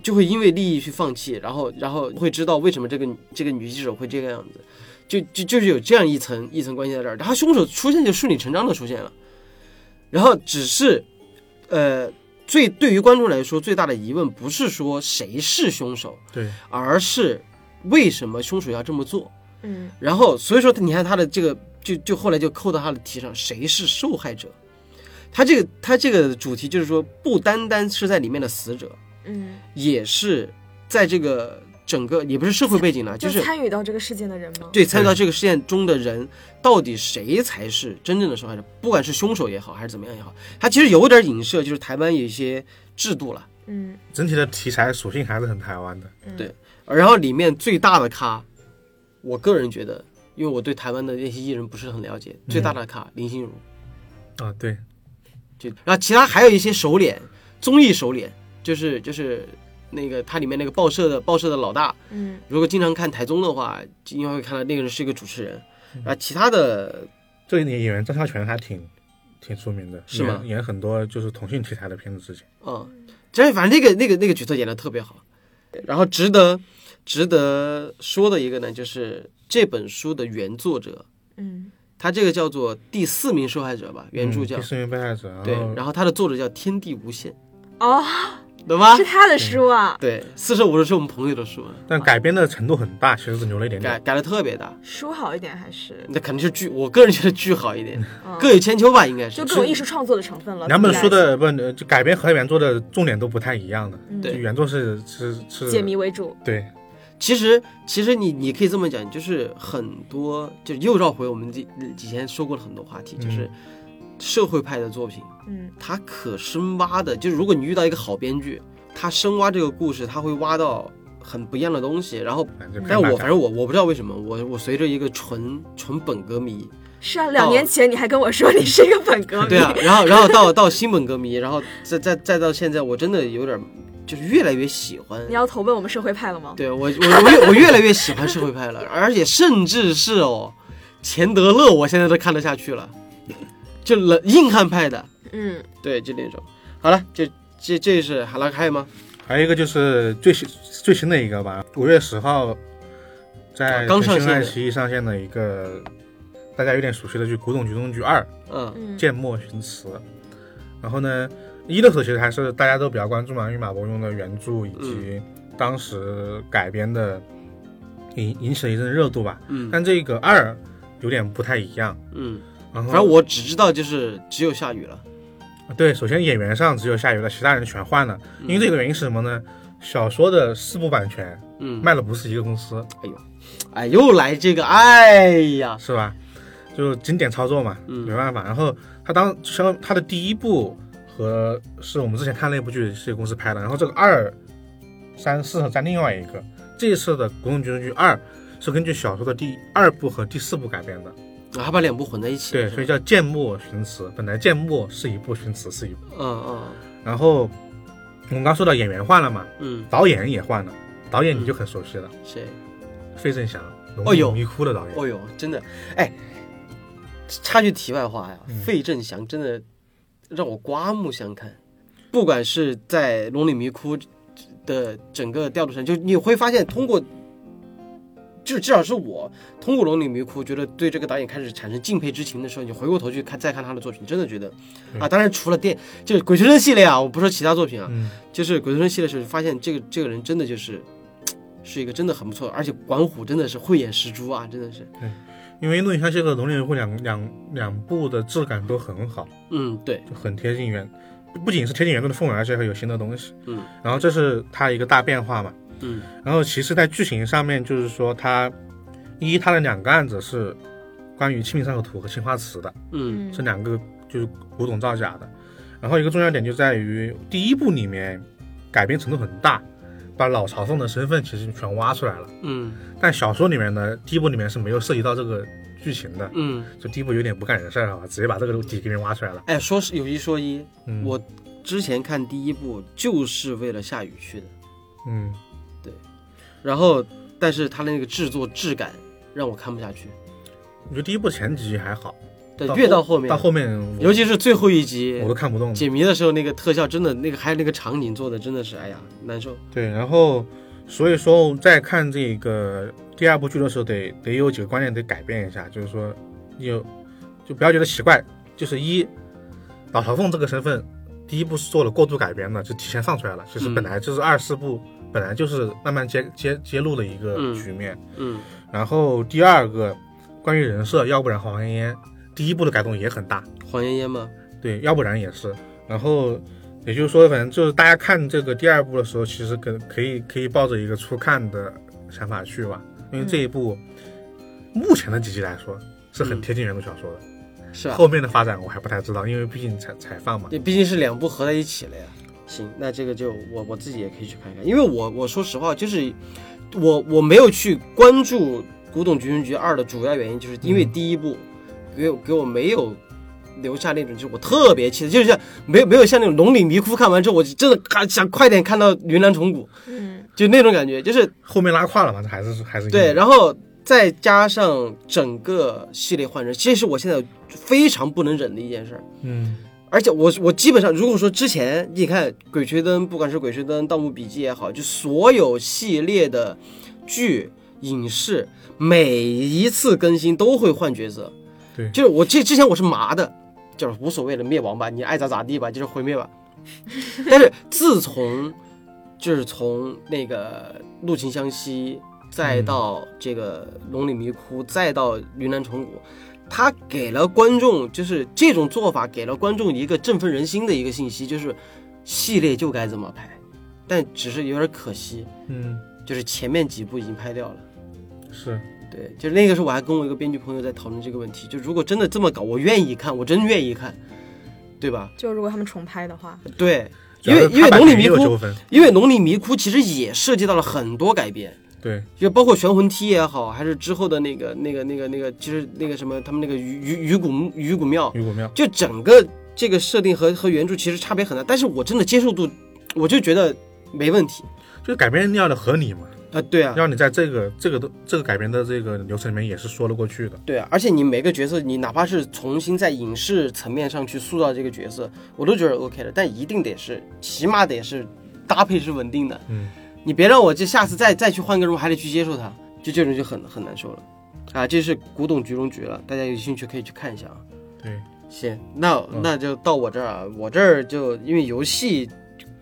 S1: 就会因为利益去放弃，然后然后会知道为什么这个这个女记者会这个样子，就就就是有这样一层一层关系在这儿，然后凶手出现就顺理成章的出现了，然后只是，呃，最对于观众来说最大的疑问不是说谁是凶手，
S3: 对，
S1: 而是为什么凶手要这么做，
S2: 嗯
S1: 然后所以说你看他的这个就就后来就扣到他的题上，谁是受害者？他这个他这个主题就是说不单单是在里面的死者，
S2: 嗯，
S1: 也是在这个整个也不是社会背景了，嗯
S2: 就
S1: 就是
S2: 参与到这个事件的人吗？，
S1: 对参与到这个事件中的人，到底谁才是真正的受害者？不管是凶手也好，还是怎么样也好，他其实有点影射，就是台湾有一些制度了。
S2: 嗯
S3: 整体的题材属性还是很台湾的。
S2: 嗯，
S1: 对然后里面最大的咖，我个人觉得，因为我对台湾的那些艺人不是很了解，最大的咖林心如，
S3: 啊，对，
S1: 就然后其他还有一些熟脸，综艺熟脸，就是就是那个它里面那个报社的报社的老大，
S2: 嗯
S1: 如果经常看台综的话，应该会看到那个人是一个主持人，
S3: 嗯
S1: 啊，其他的
S3: 这个演员张孝全还挺挺出名的，
S1: 是吗
S3: 演演很多就是同性题材的片子之前。
S1: 啊，这、反正那个那个那个角色演的特别好。然后值得值得说的一个呢，就是这本书的原作者，
S2: 嗯
S1: 他这个叫做《第四名受害者》吧，原著
S3: 嗯
S1: 叫、
S3: 第四名被哦害者，
S1: 对
S3: 然，后
S1: 然后他的作者叫天地无限，
S2: 哦，
S1: 懂吗
S2: 是？他的书啊，
S1: 对，四舍五入是我们朋友的书，
S3: 但改编的程度很大，其实是牛了一点
S1: 改
S3: 点。
S1: 改的特别大，
S2: 书好一点还是
S1: 那肯定是剧，我个人觉得剧好一点，
S2: 嗯
S1: 各有千秋吧，应该是
S2: 就各种艺术创作的成分了。
S3: 两本书
S2: 比
S3: 的不呃就改编和原作的重点都不太一样的，
S1: 对
S3: 就原作是是是
S2: 解谜为主，
S3: 对，
S1: 其实，其实你你可以这么讲，就是很多，就又绕回我们以以前说过的很多话题，
S3: 嗯
S1: 就是社会派的作品，
S2: 嗯
S1: 它可深挖的，就是如果你遇到一个好编剧，他深挖这个故事，他会挖到很不一样的东西。然后，
S3: 反正就看
S1: 但
S3: 大
S1: 我
S3: 家
S1: 反正我我不知道为什么，我我随着一个纯纯本格迷，
S2: 是啊，两年前你还跟我说你是一个本格迷，
S1: 对啊，然后然后到到新本格迷，然后再再再到现在，我真的有点就是越来越喜欢
S2: 你要投奔我们社会派了吗？
S1: 对我，我我越我越来越喜欢社会派了，而且甚至是哦，钱德勒我现在都看得下去了，就冷硬汉派的，
S2: 嗯，
S1: 对，就那种。好了，这这这是海拉还有吗？
S3: 还有一个就是最新最新的一个吧，五月十号在
S1: 啊刚上线的
S3: 腾讯爱奇艺上线的一个大家有点熟悉的剧《古董局中局二》
S1: 嗯
S3: 《剑墨寻词》。然后呢，一的时候其实还是大家都比较关注嘛，因为马伯庸的原著以
S1: 嗯
S3: 及当时改编的引引起了一阵热度吧。
S1: 嗯
S3: 但这个二有点不太一样。
S1: 嗯，
S3: 然后
S1: 反正我只知道就是只有下雨了。
S3: 对，首先演员上只有夏雨了，其他人全换了。因为这个原因是什么呢？小说的四部版权
S1: 嗯，
S3: 卖了不是一个公司，
S1: 哎，又来这个，哎呀，
S3: 是吧？就经典操作嘛，
S1: 嗯
S3: 没办法。然后他当像他的第一部和是我们之前看那部剧是一个公司拍的，然后这个二、三、四在另外一个。这一次的《古董局中局二》是根据小说的第二部和第四部改编的，
S1: 还把两部混在一起。
S3: 对，所以叫剑墨寻词。本来剑墨是一部，寻词是一部。
S1: 嗯
S3: 然后我们刚说到演员换了嘛，
S1: 嗯
S3: 导演也换了，导演你就很熟悉了，
S1: 嗯，谁？
S3: 费正祥，
S1: 哦
S3: 龙
S1: 哟
S3: 女迷窟的导演。
S1: 哦呦，真的，哎，插句题外话呀，
S3: 嗯
S1: 费正祥真的让我刮目相看。不管是在《龙岭迷窟》的整个调度上，就你会发现，通过就至少是我通过《龙岭迷窟》觉得对这个导演开始产生敬佩之情的时候，你回过头去看再看他的作品，真的觉得啊，当然除了电就是《鬼吹灯》系列啊，我不说其他作品啊，
S3: 嗯，
S1: 就是《鬼吹灯》系列的时候，发现这个这个人真的就是是一个真的很不错，而且管虎真的是慧眼识珠啊，真的是，
S3: 因为《怒影山系》和《龙岭会》两两两部的质感都很好，
S1: 嗯，对，
S3: 就很贴近原，不仅是贴近原著的氛围，而且还有新的东西。
S1: 嗯，
S3: 然后这是它一个大变化嘛。
S1: 嗯
S3: 然后其次在剧情上面，就是说它一它的两个案子是关于清明上河图和青花瓷的，
S1: 嗯
S3: 这两个就是古董造假的。然后一个重要点就在于第一部里面改编程度很大，把老朝奉的身份其实全挖出来了。
S1: 嗯
S3: 但小说里面呢，第一部里面是没有涉及到这个剧情的，
S1: 嗯，
S3: 就第一部有点不干人事儿啊，直接把这个底给人挖出来了。
S1: 哎，说是有一说一，
S3: 嗯，
S1: 我之前看第一部就是为了下雨去的，
S3: 嗯，
S1: 然后但是他的那个制作质感让我看不下去，
S3: 我觉得第一部前几集还好，
S1: 对，
S3: 到
S1: 越
S3: 后
S1: 到后面，
S3: 到后面我
S1: 尤其是最后一集
S3: 我都看不动。
S1: 解谜的时候，那个特效真的，那个还有那个场景做的真的是，哎呀，难受。
S3: 对，然后所以说在看这个第二部剧的时候得，得有几个观念得改变一下，就是说有就不要觉得奇怪，就是一老朝奉这个身份，第一部是做了过度改编的，就提前放出来了，其实
S1: 嗯
S3: 本来就是二四部、本来就是慢慢揭揭揭露的一个
S1: 嗯
S3: 局面。
S1: 嗯
S3: 然后第二个关于人设，要不然黄妍妍第一部的改动也很大，，
S1: 黄妍妍吗？
S3: 对，要不然也是。然后也就是说，反正就是大家看这个第二部的时候，其实可可以可以抱着一个初看的想法去吧，因为这一部、目前的几集来说是很
S1: 嗯
S3: 贴近原著小说的。
S1: 是啊，
S3: 后面的发展我还不太知道，因为毕竟才才放嘛。
S1: 也毕竟是两部合在一起了呀。行，那这个就我我自己也可以去看看，因为我我说实话，就是我我没有去关注《古董局中局二》的主要原因，就是因为
S3: 嗯
S1: 第一部给我给我没有留下那种就是我特别期待，就是像没有没有像那种《龙岭迷窟》看完之后，我就真的看想快点看到云南虫谷，
S2: 嗯
S1: 就那种感觉，就是
S3: 后面拉胯了嘛，这还是还是一
S1: 对，
S3: 样
S1: 然后再加上整个系列换人，这是我现在非常不能忍的一件事儿。
S3: 嗯
S1: 而且我我基本上，如果说之前你看《鬼吹灯》，不管是《鬼吹灯》《盗墓笔记》也好，就所有系列的剧、影视，每一次更新都会换角色。
S3: 对
S1: 就是我这之前我是麻的，就是无所谓了，灭亡吧，你爱咋咋地吧，就是毁灭吧。但是自从就是从那个《陆秦湘西》，再到这个《龙岭迷窟》，再到《云南虫谷》，他给了观众，就是这种做法给了观众一个振奋人心的一个信息，就是系列就该这么拍，但只是有点可惜，
S3: 嗯
S1: 就是前面几部已经拍掉了。
S3: 是
S1: 对，就是那个时候我还跟我一个编剧朋友在讨论这个问题，就如果真的这么搞，我愿意看，我真愿意看，对吧？
S2: 就如果他们重拍的话，
S1: 对，因为
S3: 主
S1: 因
S3: 要
S1: 为《
S3: 是他
S1: 龙
S3: 版
S1: 岭
S3: 权也
S1: 迷
S3: 有
S1: 窟》，
S3: 纠纷，
S1: 因为《龙岭迷窟》其实也涉及到了很多改编。
S3: 对
S1: 就包括玄魂梯也好，还是之后的那个、那个、那个、那个，其实那个什么，他们那个鱼鱼鱼骨鱼骨庙，
S3: 鱼骨庙
S1: 就整个这个设定和和原著其实差别很大，但是我真的接受度，我就觉得没问题
S3: 就是改编要的合理嘛，
S1: 啊、对啊，
S3: 让你在这个这个都这个改编的这个流程里面也是说得过去的。
S1: 对啊，而且你每个角色，你哪怕是重新在影视层面上去塑造这个角色，我都觉得 OK 的，但一定得是，起码得是搭配是稳定的，
S3: 嗯，
S1: 你别让我这下次再再去换个人，我还得去接受它，就这种就很很难受了，啊，这是古董局中局了，大家有兴趣可以去看一下啊。
S3: 对，
S1: 行，那
S3: 嗯
S1: 那就到我这儿啊，我这儿就因为游戏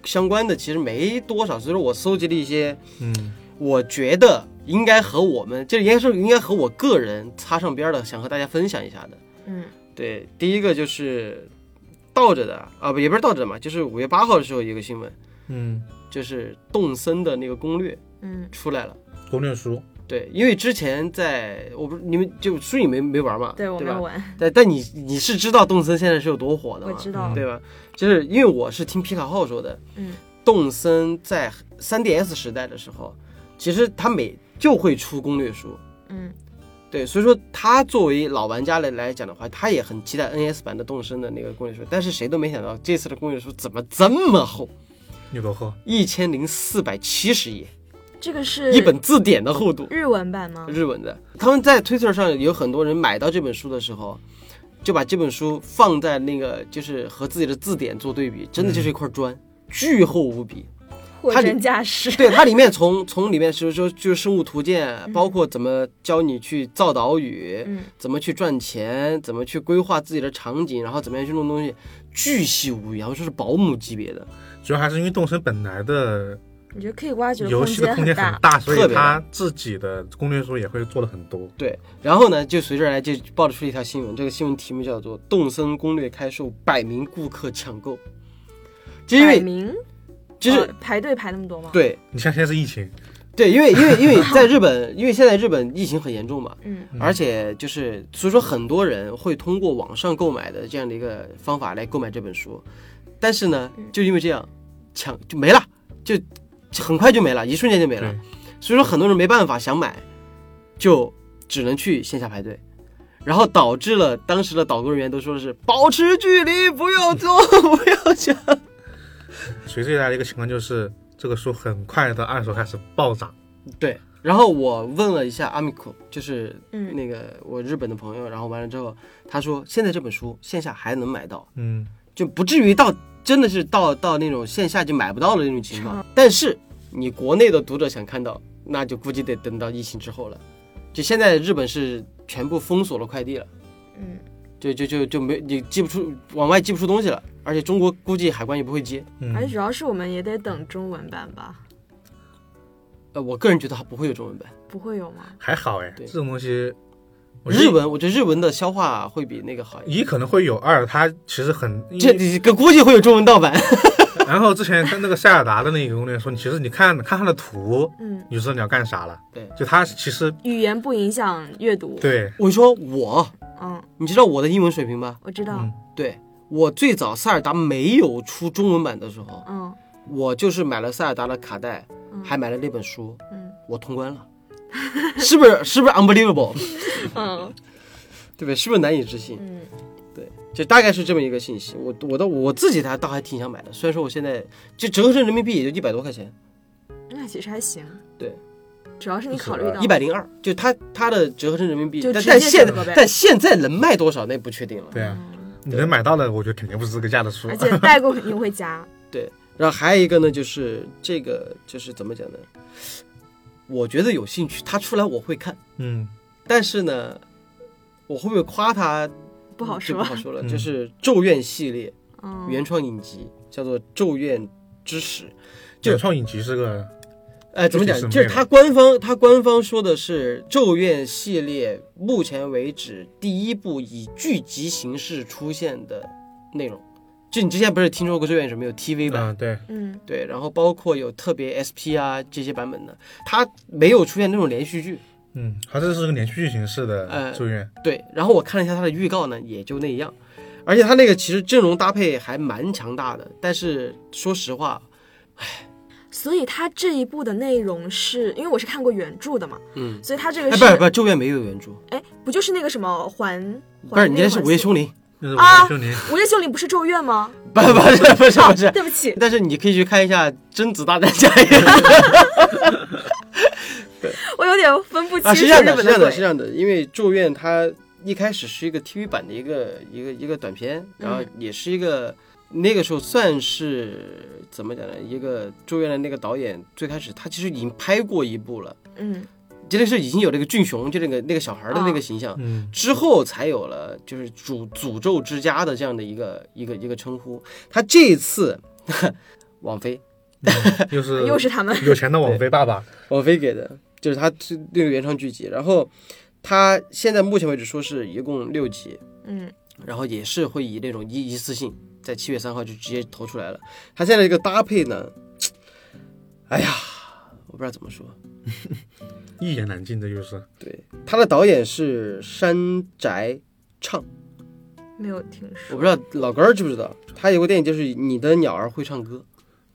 S1: 相关的其实没多少，所以说我搜集了一些
S3: 嗯
S1: 我觉得应该和我们，这应该是应该和我个人擦上边儿的，想和大家分享一下的。
S2: 嗯
S1: 对，第一个就是倒着的啊，不也不是倒着的嘛，就是五月八号的时候有一个新闻，
S3: 嗯，
S1: 就是动森的那个攻略
S2: 嗯
S1: 出来了。
S3: 攻略书
S1: 对，因为之前在我不是你们就书你没没玩嘛，
S2: 对我没
S1: 吧
S2: 有玩，
S1: 但但你你是知道动森现在是有多火的
S2: 我
S1: 吗？
S2: 知道
S3: 嗯，
S1: 对吧？就是因为我是听皮卡浩说的，
S2: 嗯，
S1: 动森在 3DS 时代的时候，其实他每就会出攻略书，
S2: 嗯
S1: 对，所以说他作为老玩家来来讲的话，他也很期待 NS 版的动森的那个攻略书，但是谁都没想到这次的攻略书怎么这么厚，
S3: 有多厚？
S1: 一千零四百七十页，
S2: 这个是
S1: 一本字典的厚度。
S2: 日文版吗？
S1: 日文的。他们在 Twitter 上有很多人买到这本书的时候，就把这本书放在那个就是和自己的字典做对比，真的就是一块砖，巨厚无比。
S2: 货
S1: 它里
S2: 真价实。
S1: 对它里面从从里面是说就是生物图鉴，包括怎么教你去造岛屿，
S2: 嗯
S1: 怎么去赚钱，怎么去规划自己的场景，然后怎么样去弄东西，巨细无遗，然后就是保姆级别的，
S3: 主要还是因为动森本来的
S2: 我觉得可以挖掘
S3: 游戏的空间
S2: 很
S3: 很
S2: 大。
S3: 大，所
S1: 特
S3: 以
S1: 别大
S3: 他自己的攻略书也会做的很多。
S1: 对。然后呢，就随之而来就爆出了一条新闻，这个新闻题目叫做“动森攻略开售，百名顾客抢购”，就因
S2: 摆
S1: 为
S2: 明
S1: 就是、
S2: 呃排队排那么多吗？，
S1: 对
S3: 你像现在是疫情，
S1: 对，因为因为因为在日本，因为现在日本疫情很严重嘛，
S2: 嗯
S1: 而且就是，所以说很多人会通过网上购买的这样的一个方法来购买这本书，但是呢，就因为这样抢就没了，就就很快就没了，一瞬间就没了
S3: 对。
S1: 所以说很多人没办法想买，就只能去线下排队，然后导致了当时的导购人员都说的是保持距离，不要走， 不要抢。
S3: 随之而来的一个情况就是，这个书很快的二手开始暴涨。
S1: 对，然后我问了一下阿米库，就是
S2: 嗯，
S1: 那个我日本的朋友，然后完了之后，他说现在这本书线下还能买到。
S3: 嗯，
S1: 就不至于到真的是到到那种线下就买不到的那种情况。但是你国内的读者想看到，那就估计得等到疫情之后了。就现在日本是全部封锁了快递了，
S2: 嗯，
S1: 就就就就没你寄不出往外寄不出东西了，而且中国估计海关也不会接。
S3: 嗯
S2: 而且主要是我们也得等中文版吧？
S1: 呃，我个人觉得它不会有中文版，
S2: 不会有吗？
S3: 还好哎，
S1: 对
S3: 这种东西，我觉得
S1: 日文我觉得日文的消化会比那个好一点。
S3: 一可能会有，二它其实很
S1: 这这个估计会有中文盗版，
S3: 然后之前他那个塞尔达的那个攻略说，你其实你看看他的图，
S2: 嗯，
S3: 你就知道你要干啥了。
S1: 对
S3: 就他其实
S2: 语言不影响阅读。，
S3: 对，
S1: 我说我，
S2: 嗯，
S1: 你知道我的英文水平吗？
S2: 我知道。
S3: 嗯
S1: 对我最早塞尔达没有出中文版的时候，
S2: 嗯
S1: 我就是买了塞尔达的卡带，
S2: 嗯
S1: 还买了那本书，
S2: 嗯
S1: 我通关了， 是不是？是不是 unbelievable？
S2: 嗯
S1: 对不对？是不是难以置信？
S2: 嗯，
S1: 对，就大概是这么一个信息。我我倒我自己还倒还挺想买的，虽然说我现在就折合成人民币也就一百多块钱，
S2: 那其实还行。
S1: 对，
S2: 主要是你考虑到
S1: 一百零二，就它它的折合成人民币，
S2: 嗯就
S1: 但
S2: 直
S1: 但
S2: 接
S1: 现
S2: 折合呗
S1: 但现在能卖多少那不确定了。
S3: 对啊，
S2: 嗯
S3: 你能买到的，我觉得肯定不是这个价的书
S2: 而。且代购肯定会加。
S1: 然后还有一个呢，就是这个就是怎么讲呢？我觉得有兴趣，它出来我会看，
S3: 嗯，
S1: 但是呢，我会不会夸它
S2: 不好
S1: 就
S2: 说
S1: 不。好说了。
S3: 嗯
S1: 就是《咒怨》系列
S2: 嗯，
S1: 原创影集，叫做《咒怨之始》。就
S3: 九创影集是个，
S1: 呃，怎么讲
S3: 具？体
S1: 就是
S3: 什么内容
S1: 它官方，它官方说的是《咒怨》系列目前为止第一部以剧集形式出现的内容。就你之前不是听说过《咒怨》什么有 TV 版？
S3: 嗯，对，
S2: 嗯
S1: 对，然后包括有特别 SP 啊这些版本的，它没有出现那种连续剧。
S3: 嗯，它这是个连续剧形式
S1: 呃
S3: 的咒怨，
S1: 对，然后我看了一下它的预告呢，也就那样，而且它那个其实阵容搭配还蛮强大的，但是说实话，
S2: 所以它这一部的内容是因为我是看过原著的嘛，
S1: 嗯，
S2: 所以它这
S1: 哎，
S2: 个
S1: 不
S2: 是
S1: 是不是，咒怨没有原著，
S2: 哎不就是那个什么还
S1: 不是你那是
S2: 还那个
S1: 午夜
S2: 还
S1: 凶 铃，
S3: 就是午
S2: 啊
S3: 夜凶铃，
S2: 午夜凶铃不是咒怨吗？
S1: 不不是不 是不
S2: 啊
S1: 是，
S2: 对不起，
S1: 但是你可以去看一下《贞子大战加一》
S2: 我有点分不 清
S1: 啊，
S2: 楚
S1: 是
S2: 日
S1: 这样的，
S2: 本
S1: 是这样的，
S2: 鬼
S1: 是这样的，因为《咒怨》它一开始是一个 TV 版的一个一个一个短片，然
S2: 嗯
S1: 后也是一个、那个时候算是怎么讲呢？一个《咒怨》的那个导演最开始他其实已经拍过一部了，
S2: 嗯
S1: 这个是已经有那个俊雄，就那个那个小孩的那个形象。
S3: 嗯，
S1: 之后才有了就是诅诅咒之家的这样的一个一个一个称呼。他这一次， 网飞
S3: 又
S1: 呃
S3: 是
S2: 又是他们，
S3: 有钱的网飞爸爸，
S1: 网飞给的，就是他最那个原创剧集。然后他现在目前为止说是一共六集，
S2: 嗯
S1: 然后也是会以那种一一次性在七月三号就直接投出来了。他现在这个搭配呢，哎呀，我不知道怎么说。
S3: 一言难尽，这就是
S1: 对，他的导演是山宅唱，
S2: 没有听
S1: 我
S2: 说
S1: 不，知道老根儿知不知道，他有个电影就是《你的鸟儿会唱歌》。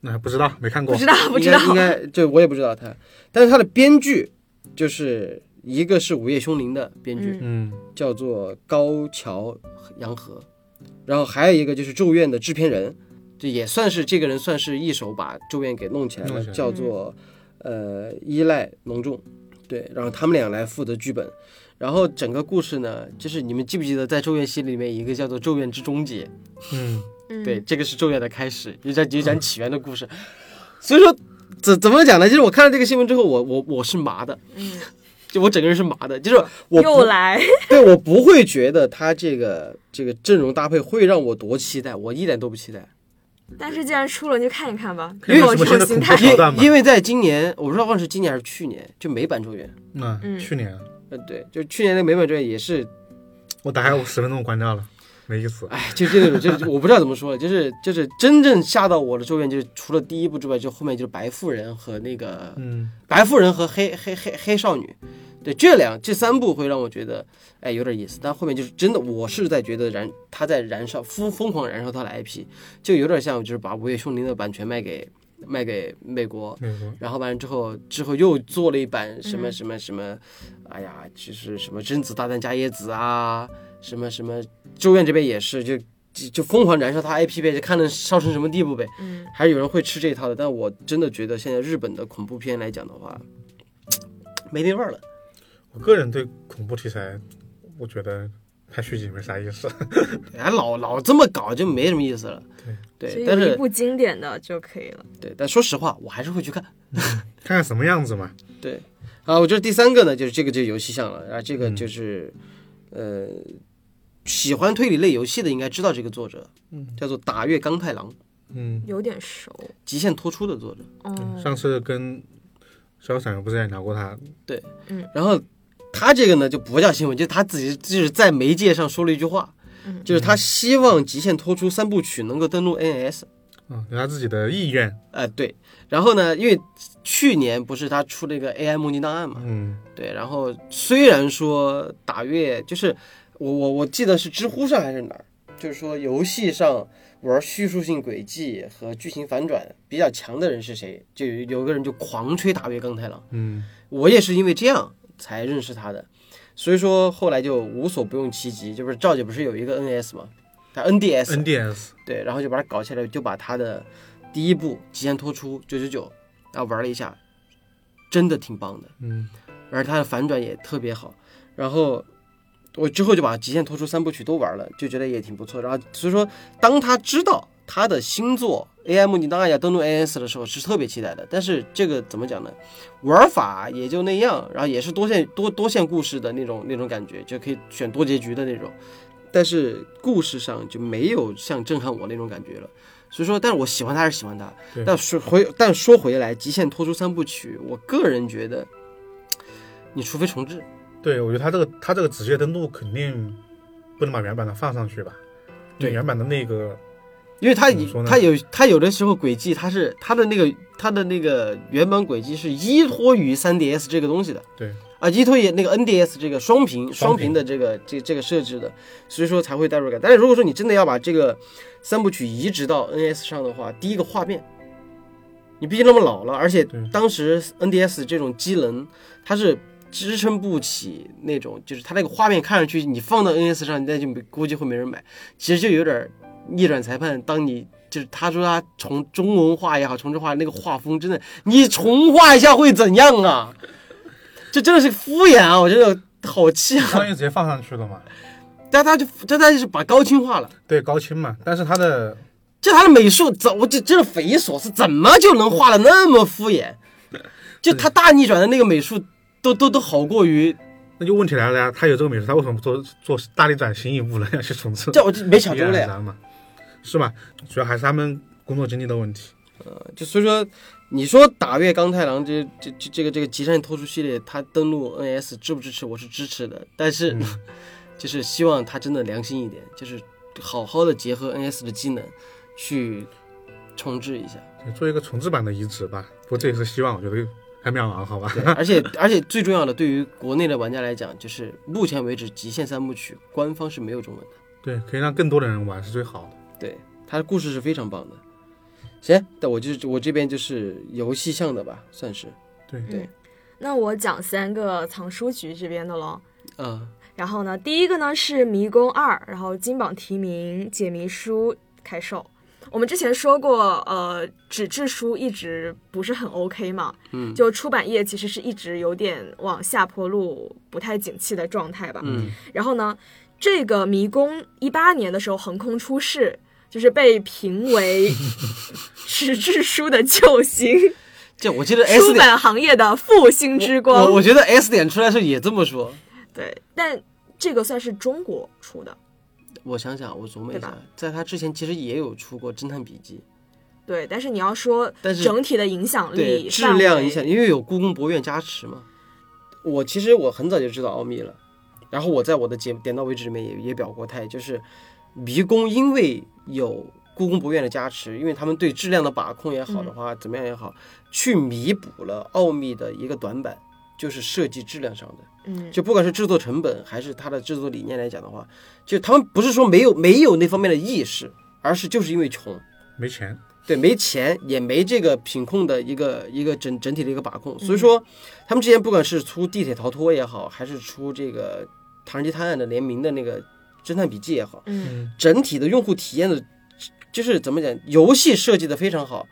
S3: 那还不知道没看
S2: 不
S3: 过
S2: 知，道 不
S1: 应
S2: 知道
S1: 该，应该就我也不知道他，但是他的编剧就是一个是《午夜凶铃》的编剧，
S2: 嗯
S3: 嗯，
S1: 叫做高桥洋和，然后还有一个就是《咒怨》的制片人，这也算是这个人算是一手把《咒怨》给弄起来
S3: 弄
S1: 了，
S3: 起来
S1: 叫做呃依赖浓重，对，然后他们俩来负责剧本。然后整个故事呢，就是你们记不记得在《咒怨》系列里面有一个叫做《咒怨之终结》，
S3: 嗯，
S2: 嗯
S1: 对，这个是咒怨的开始，也讲也讲起源的故事。所以说，怎怎么讲呢？就是我看到这个新闻之后，我我我是麻的，
S2: 嗯，
S1: 就我整个人是麻的，就是我
S2: 又
S1: 不
S2: 来，
S1: 对我不会觉得他这个这个阵容搭配会让我多期待，我一点都不期待。
S2: 但是既然出了，你就看一看吧，
S3: 看有
S2: 有
S3: 什么
S2: 这
S3: 新的
S2: 种心
S3: 恐
S2: 态
S3: 怖。桥段吧
S1: 因因为在今年，我不知道忘了是今年还是去年，就没板周员。
S3: 嗯，
S2: 嗯
S3: 去年
S1: 呃，对，就去年那个没板周员也是，
S3: 我打开十分钟关掉了，没意
S2: 啊
S3: 思。
S1: 哎，就就那种，就是我不知道怎么说了，就是就是真正吓到我的周员，就是除了第一部之外，就后面就是白富人和那个
S3: 嗯，
S1: 白富人和黑黑黑黑少女，对这两这三部会让我觉得，哎，有点意思。但后面就是真的，我是在觉得燃他在燃烧疯疯狂燃烧他的 IP，就有点像就是把《午夜凶铃》的版权卖给卖给美国，
S3: 美国
S1: 然后完了之后之后又做了一版什么
S2: 嗯
S1: 什么什么，哎呀，就是什么贞子大战伽椰子啊，什么什么周院这边也是就。就就疯狂燃烧他 IP 呗，就看能烧成什么地步呗。
S2: 嗯，
S1: 还是有人会吃这一套的，但我真的觉得现在日本的恐怖片来讲的话，没那味儿了。
S3: 我个人对恐怖题材，我觉得拍续集没啥意思。
S1: 哎，老老这么搞就没什么意思了。
S2: 所
S1: 对，
S2: 以
S1: 但
S2: 有一
S1: 是
S2: 部经典的就可以了。
S1: 对，但说实话，我还是会去看。
S3: 看看什么样子嘛。
S1: 对，啊，我觉得第三个呢，就是这个就是游戏向了，啊，这个
S3: 嗯
S1: 就是，呃，喜欢推理类游戏的应该知道这个作者，
S3: 嗯
S1: 叫做打月刚太郎，《
S3: 嗯，
S2: 有点熟，
S1: 极限脱出》的作者。
S2: 哦，
S1: 嗯
S3: 上次跟肖闪不是也聊过他？
S1: 然后他这个呢就不叫新闻，就是他自己就是在媒介上说了一句话，
S2: 嗯
S1: 就是他希望《极限脱出》三部曲能够登陆 NS。
S3: 嗯，有他自己的意愿。
S1: 呃，对。然后呢，因为去年不是他出了一个 AI 梦境档案嘛，
S3: 嗯，
S1: 对。然后虽然说打月就是我我我记得是知乎上还是哪儿，就是说游戏上玩叙述性轨迹和剧情反转比较强的人是谁，就有有个人就狂吹打月刚太郎。
S3: 嗯，
S1: 我也是因为这样才认识他的，所以说后来就无所不用其极，就是赵姐不是有一个 NS 嘛，他 NDS
S3: NDS
S1: 对，然后就把它搞起来，就把它的第一部《极限脱出》九九九，然后玩了一下，真的挺棒的，
S3: 嗯，
S1: 而它的反转也特别好。然后我之后就把《极限脱出》三部曲都玩了，就觉得也挺不错。然后所以说，当他知道他的新作《AI 梦境档案》要登陆 AS 的时候，是特别期待的。但是这个怎么讲呢？玩法也就那样，然后也是多线多多线故事的那种那种感觉，就可以选多结局的那种。但是故事上就没有像震撼我那种感觉了。所以说，但是我喜欢他还是喜欢他
S3: 对。
S1: 但说回，但说回来，《极限脱出》三部曲，我个人觉得，你除非重置，
S3: 对，我觉得他这个他这个直接登录肯定不能把原版的放上去吧？
S1: 对
S3: 原版的那个，
S1: 因为它
S3: 怎么说呢
S1: 它有它有的时候轨迹，它是它的那个它的那个原本轨迹是依托于 3DS 这个东西的，
S3: 对
S1: 啊，依托于那个 NDS 这个双屏双
S3: 双屏
S1: 屏的这个这这个设置的，所以说才会代入感。但是如果说你真的要把这个三部曲移植到 NS 上的话，第一个画面，你毕竟那么老了，而且
S3: 对
S1: 当时 NDS 这种机能它是。支撑不起那种，就是它那个画面看上去，你放到 NS 上，那就没估计会没人买。其实就有点儿逆转裁判，当你就是他说他重中文化也好，重置化那个画风真的，你重画一下会怎样啊？这真的是敷衍啊！我真的好气
S3: 相
S1: 啊！
S3: 当于直接放上去了嘛？
S1: 但他就但他就是把高清化了，
S3: 对，高清嘛。但是他的
S1: 这他的美术怎我这真的匪夷所思，怎么就能画的那么敷衍？就他大逆转的那个美术都都都好过于，
S3: 那就问题来了呀，他有这个美术，他为什么不做做大力转新一步了，要去重置？
S1: 这我就没想
S3: 依
S1: 通
S3: 然
S1: 了呀。
S3: 难嘛，是吧？主要还是他们工作经历的问题。
S1: 就所以说，你说打月刚太郎这这这这个这个极限脱出系列，它登陆 NS 支不支持？我是支持的，但是、
S3: 嗯
S1: 就是希望它真的良心一点，就是好好的结合 NS 的技能去重置一下。
S3: 做一个重置版的移植吧，不过这也是希望，我觉得还渺茫，好吧？
S1: 而且而且最重要的，对于国内的玩家来讲，就是目前为止《极限三部曲》官方是没有中文的，
S3: 对，可以让更多的人玩是最好的。
S1: 对，它的故事是非常棒的。行，那我就是我这边就是游戏向的吧，算是，
S3: 对
S1: 对，
S2: 那我讲三个藏书局这边的喽。
S1: 啊、
S2: 然后呢，第一个呢是《迷宫二》，然后金榜题名解谜书开售。我们之前说过，呃，纸质书一直不是很 OK 嘛，
S1: 嗯
S2: 就出版业其实是一直有点往下坡路，不太景气的状态吧。
S1: 嗯，
S2: 然后呢，这个《迷宫》一八年的时候横空 出世，就是被评为纸质书的救星。
S1: 这我记得 S
S2: 出
S1: 点，
S2: 版行业的复兴 之光。
S1: 我我觉得 S 点出来的时候也这么说。
S2: 对，但这个算是中国出的，
S1: 我想想，我琢磨一
S2: 对
S1: 下
S2: 吧，
S1: 在他之前其实也有出过《侦探笔记
S2: 对。但是你要说
S1: 但是
S2: 整体的影响》，力、
S1: 对，质
S2: 范围
S1: 量影响，因为有故宫博物院加持嘛。我其实我很早就知道奥秘了，然后我在我的节目点到为止里面也也表过态，就是迷宫因为有故宫博物院的加持，因为他们对质量的把控也好的
S2: 嗯
S1: 话，怎么样也好，去弥补了奥秘的一个短板，就是设计质量上的。
S2: 嗯，
S1: 就不管是制作成本还是它的制作理念来讲的话，就他们不是说没有没有那方面的意识，而是就是因为穷，
S3: 没钱，
S1: 对，没钱也没这个品控的一个一个整整体的一个把控，所以说
S2: 嗯
S1: 他们之前不管是出《地铁逃脱》也好，还是出这个《唐人街探案》的联名的那个《侦探笔记》也好，
S2: 嗯，
S1: 整体的用户体验的，就是怎么讲，游戏设计的非常好，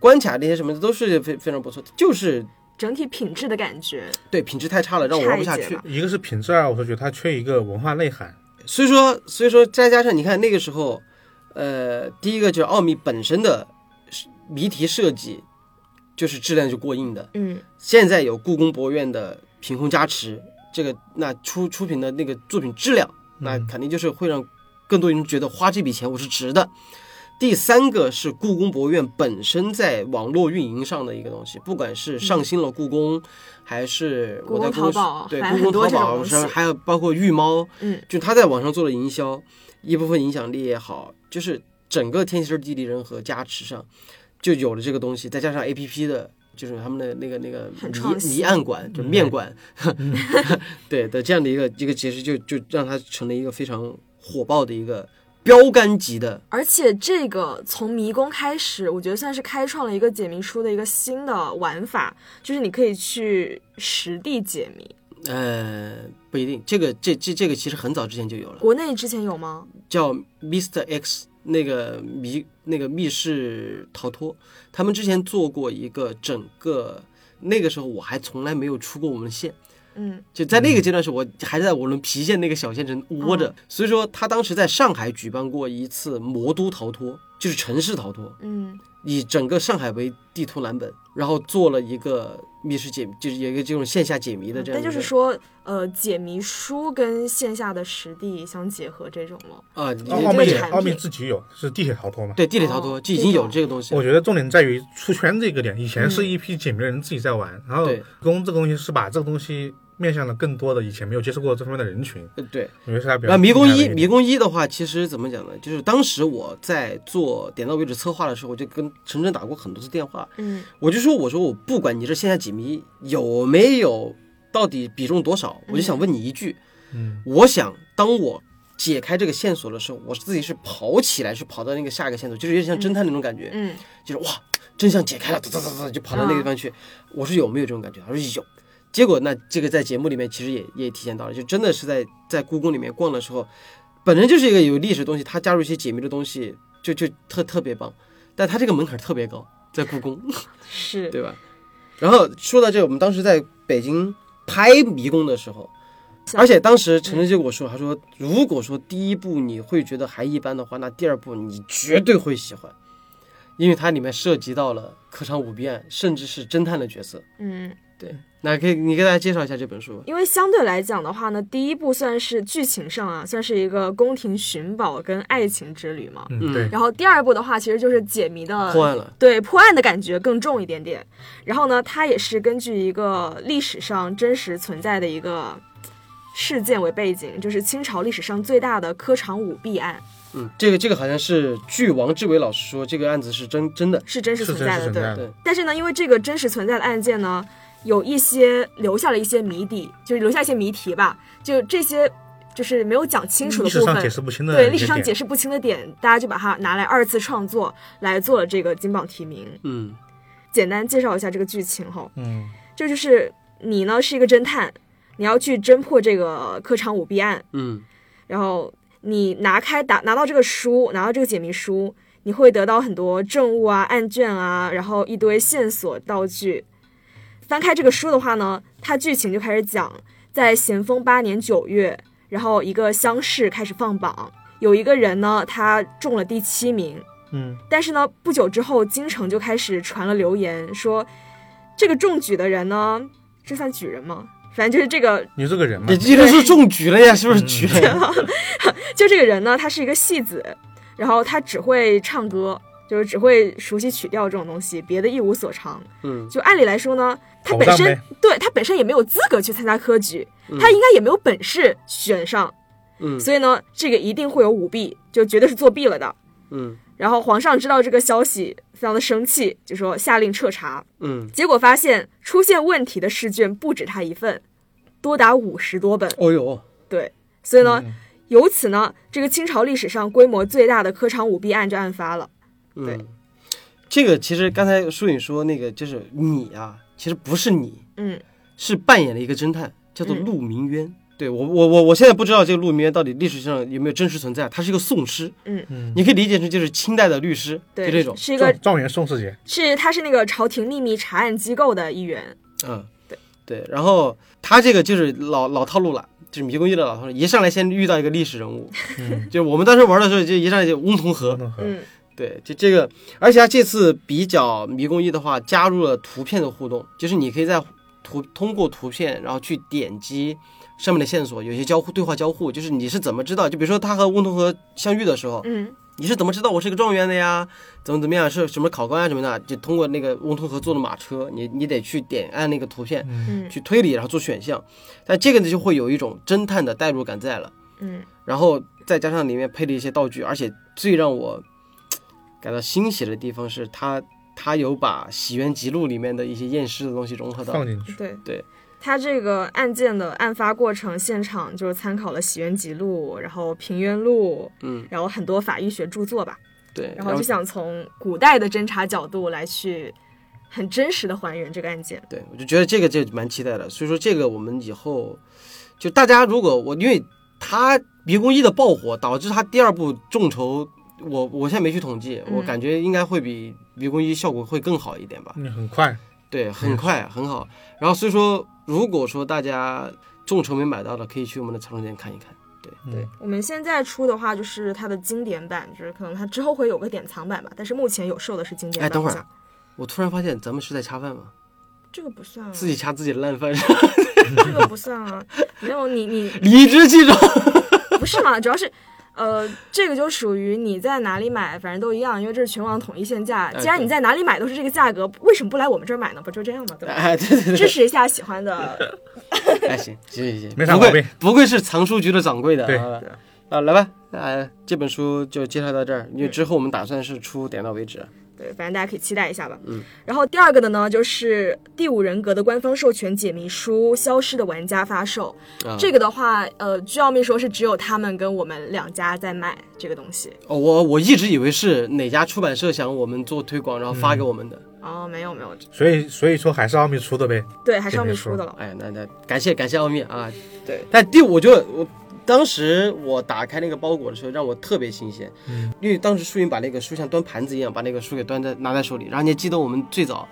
S1: 关卡那些什么的都是非非常不错，就是
S2: 整体品质的感觉，
S1: 对品质太差了，让我玩不下
S2: 差一截
S1: 去
S2: 吧。
S3: 一个是品质啊，我是觉得它缺一个文化内涵。
S1: 所以说，所以说再加上你看那个时候，呃，第一个就是奥秘本身的谜题设计，就是质量就过硬的。
S2: 嗯，
S1: 现在有故宫博物院的品控加持，这个那出出品的那个作品质量，那
S2: 嗯
S1: 肯定就是会让更多人觉得花这笔钱我是值的。第三个是故宫博物院本身在网络运营上的一个东西，不管是上新了故宫，还是我在
S2: 故宫淘宝
S1: 对
S2: 反正
S1: 故宫淘
S2: 很多这种
S1: 宝
S2: 东西
S1: 上，还有包括御猫，
S2: 嗯，
S1: 就他在网上做了营销，一部分影响力也好，就是整个天时地利人和加持上，就有了这个东西，再加上 A P P 的，就是他们的那个那个
S2: 很创
S1: 迷
S2: 新
S1: 迷案馆，就是面馆， 对的这样的一个一个解释，就就让它成了一个非常火爆的一个标杆级的，
S2: 而且这个从迷宫开始，我觉得算是开创了一个解谜书的一个新的玩法，就是你可以去实地解谜。
S1: 呃，不一定，这个这这这个其实很早之前就有了，
S2: 国内之前有吗？
S1: 叫 Mr X 那个迷那个密室逃脱，他们之前做过一个整个。那个时候我还从来没有出过我们县，
S2: 嗯嗯
S1: 就在那个阶段是我还在我们郫县那个小县城窝着，所以说他当时在上海举办过一次魔都逃脱，就是城市逃脱，
S2: 嗯，
S1: 以整个上海为地图蓝本，然后做了一个密室解，就是有一个这种线下解谜的这样
S2: 啊那
S1: 一个。
S2: 嗯就是说，呃，解谜书跟线下的实地相结合这种了。
S1: 啊，
S3: 奥
S1: 也
S3: 奥秘
S1: 这
S3: 也
S1: 个
S2: 产品
S3: 奥秘自己有是地铁逃脱嘛？
S1: 对地铁逃脱
S2: 哦
S1: 就已经有这个东西了。
S3: 我觉得重点在于出圈这个点。以前是一批解谜的人自己在玩，然后
S1: 对
S3: 宫这个东西是把这个东西面向了更多的以前没有接触过这方面的人群。
S1: 呃对，
S3: 我觉得是他比
S1: 然后
S3: 较
S1: 迷宫
S3: 厉害的
S1: 一，
S3: 点
S1: 迷宫一的话，其实怎么讲呢？就是当时我在做点到为止策划的时候，我就跟陈真打过很多次电话，
S2: 嗯
S1: 我就说，我说我不管你这线下解谜有没有，到底比重多少，我就想问你一句，
S3: 嗯，
S1: 我想当我解开这个线索的时候，我自己是跑起来，是跑到那个下一个线索，就是有点像侦探那种感觉，
S2: 嗯，
S1: 就是哇，真相解开了，哒哒哒哒就跑到那个地方去。我说有没有这种感觉？他说有。结果那这个在节目里面其实也也体现到了，就真的是在在故宫里面逛的时候，本身就是一个有历史的东西，它加入一些解谜的东西，就就特特别棒。但它这个门槛特别高，在故宫。
S2: 是
S1: 对吧？然后说到这，我们当时在北京拍迷宫的时候，而且当时陈晨就跟我说，他说如果说第一部你会觉得还一般的话，那第二部你绝对会喜欢，因为它里面涉及到了科场舞弊案，甚至是侦探的角色。
S2: 嗯，
S1: 对，那可以你给大家介绍一下这本书吧。
S2: 因为相对来讲的话呢，第一部算是剧情上啊，算是一个宫廷寻宝跟爱情之旅嘛。
S3: 嗯对，
S2: 然后第二部的话，其实就是解谜的
S1: 破案了，
S2: 对破案的感觉更重一点点。然后呢，它也是根据一个历史上真实存在的一个事件为背景，就是清朝历史上最大的科场舞弊案，
S1: 嗯，这个这个好像是据王志伟老师说，这个案子是真真的。
S2: 是真实
S3: 是
S2: 存
S3: 真
S2: 在
S3: 实
S2: 的。
S3: 存
S2: 对
S3: 在。
S1: 对
S3: 的。
S2: 但是呢，因为这个真实存在的案件呢，有一些留下了一些谜底，就是留下一些谜题吧，就这些就是没有讲清楚的
S3: 历史
S2: 部分
S3: 上解。释不清的
S2: 对
S3: 一
S2: 历史
S3: 些
S2: 上
S3: 点
S2: 解释不清的点，大家就把它拿来二次创作，来做了这个金榜题名。
S1: 嗯，
S2: 简单介绍一下这个剧情哈，
S3: 嗯，
S2: 这就是你呢是一个侦探，你要去侦破这个科场舞弊案，
S1: 嗯，
S2: 然后你拿开打拿到这个书，拿到这个解谜书，你会得到很多证物啊、案卷啊，然后一堆线索道具。翻开这个书的话呢，它剧情就开始讲，在咸丰八年九月，然后一个乡试开始放榜，有一个人呢，他中了第七名，
S3: 嗯，
S2: 但是呢，不久之后，京城就开始传了流言，说这个中举的人呢，这算举人吗？反正就是这个，
S3: 你这个人嘛
S1: 你，这个是中举了呀，是不是举了呀？
S2: 就这个人呢，他是一个戏子，然后他只会唱歌，就是只会熟悉曲调这种东西，别的一无所长。
S1: 嗯，
S2: 就按理来说呢，他
S3: 好
S2: 本
S3: 干
S2: 身
S3: 呗
S2: 对他本身也没有资格去参加科举，他应该也没有本事选上，
S1: 嗯
S2: 所以呢，这个一定会有舞弊，就绝对是作弊了的。
S1: 嗯
S2: 然后皇上知道这个消息，非常的生气，就说下令彻查。
S1: 嗯，
S2: 结果发现出现问题的试卷不止他一份，多达五十多本。
S1: 哦呦，
S2: 对，所以
S1: 嗯
S2: 呢，由此呢，这个清朝历史上规模最大的科场舞弊案就案发了。对
S1: 嗯，这个其实刚才舒颖说那个就是你啊，其实不是你，
S2: 嗯，
S1: 是扮演了一个侦探，叫做
S2: 嗯
S1: 陆明渊。对我，我我我现在不知道这个陆明渊到底历史上有没有真实存在，他是一个宋师，
S2: 嗯
S3: 嗯
S1: 你可以理解成就是清代的律师，
S2: 对，
S1: 就这种，
S2: 是一
S3: 状
S2: 个
S3: 状元宋世杰，
S2: 是他是那个朝廷秘密查案机构的一员。
S1: 嗯，
S2: 对
S1: 对。然后他这个就是老老套路了，就是迷宫一的老套路，一上来先遇到一个历史人物，
S3: 嗯，
S1: 就我们当时玩的时候就一上来就翁同龢，
S3: 能和
S2: 嗯
S1: 对，就这个，而且它这次比较迷宫一的话，加入了图片的互动，就是你可以在图通过图片，然后去点击上面的线索，有些交互对话交互，就是你是怎么知道？就比如说他和翁同龢相遇的时候，
S2: 嗯
S1: 你是怎么知道我是个状元的呀？怎么怎么样？是什么考官啊什么的？就通过那个翁同龢坐的马车，你你得去点按那个图片
S3: 嗯
S2: 嗯
S1: 去推理，然后做选项。但这个呢就会有一种侦探的代入感在了。
S2: 嗯
S1: 然后再加上里面配了一些道具，而且最让我感到欣喜的地方是它，它有把《洗冤集录》里面的一些验尸的东西融合到
S3: 放。进去，
S2: 对
S1: 对。
S2: 他这个案件的案发过程现场就是参考了《洗冤集录》，然后《平冤录》，
S1: 嗯，
S2: 然后很多法医学著作吧，
S1: 对，
S2: 然后就想从古代的侦查角度来去很真实的还原这个案件。
S1: 对我就觉得这个就蛮期待的，所以说这个我们以后就大家如果我因为它《迷宫一》的爆火导致它第二部众筹，我我现在没去统计，
S2: 嗯
S1: 我感觉应该会比《迷宫一》效果会更好一点吧。
S3: 嗯，很快，
S1: 对，很快很好。然后所以说，如果说大家众筹没买到的，可以去我们的藏书店看一看。
S2: 对我们现在出的话，就是它的经典版，就是可能它之后会有个典藏版吧，但是目前有售的是经典版。
S1: 哎等会儿
S2: 好像
S1: 我突然发现，咱们是在恰饭吗？
S2: 这个不算
S3: 嗯
S2: 啊，
S1: 自己掐自己的烂饭，
S2: 这个不算啊，没有你你
S1: 理直气壮。
S2: 不是嘛？主要是，呃，这个就属于你在哪里买，反正都一样，因为这是全网统一限价。
S1: 哎
S2: 既然你
S1: 对
S2: 在哪里买都是这个价格，为什么不来我们这儿买呢？不就这样吗？ 对吧？
S1: 哎，对对
S2: 支
S1: 对
S2: 持一下喜欢的，
S1: 对，哎，行行行行，
S3: 没啥
S1: 不愧
S3: 毛病
S1: 不愧是藏书局的掌柜的。
S3: 对
S1: 啊，啊来吧，哎，这本书就介绍到这儿，因为之后我们打算是出点到为止。啊
S2: 对，反正大家可以期待一下吧。嗯。然后第二个的呢，就是第五人格的官方授权解谜书《消失的玩家》发售。
S1: 啊
S2: 这个的话，呃，据奥秘说是只有他们跟我们两家在卖这个东西。
S1: 哦，我我一直以为是哪家出版社想我们做推广，然后发
S3: 嗯
S1: 给我们的。
S2: 哦，没有没有，
S3: 所以所以说还是奥秘出的呗，
S2: 对，还是
S3: 这
S2: 奥秘
S3: 没
S2: 出
S3: 说
S2: 的了。
S1: 哎，那那感谢感谢奥秘啊。
S2: 对，
S1: 但第五就我当时我打开那个包裹的时候，让我特别新鲜，
S3: 嗯
S1: 因为当时舒云把那个书像端盘子一样把那个书给端在拿在手里，然后你还记得我们最早。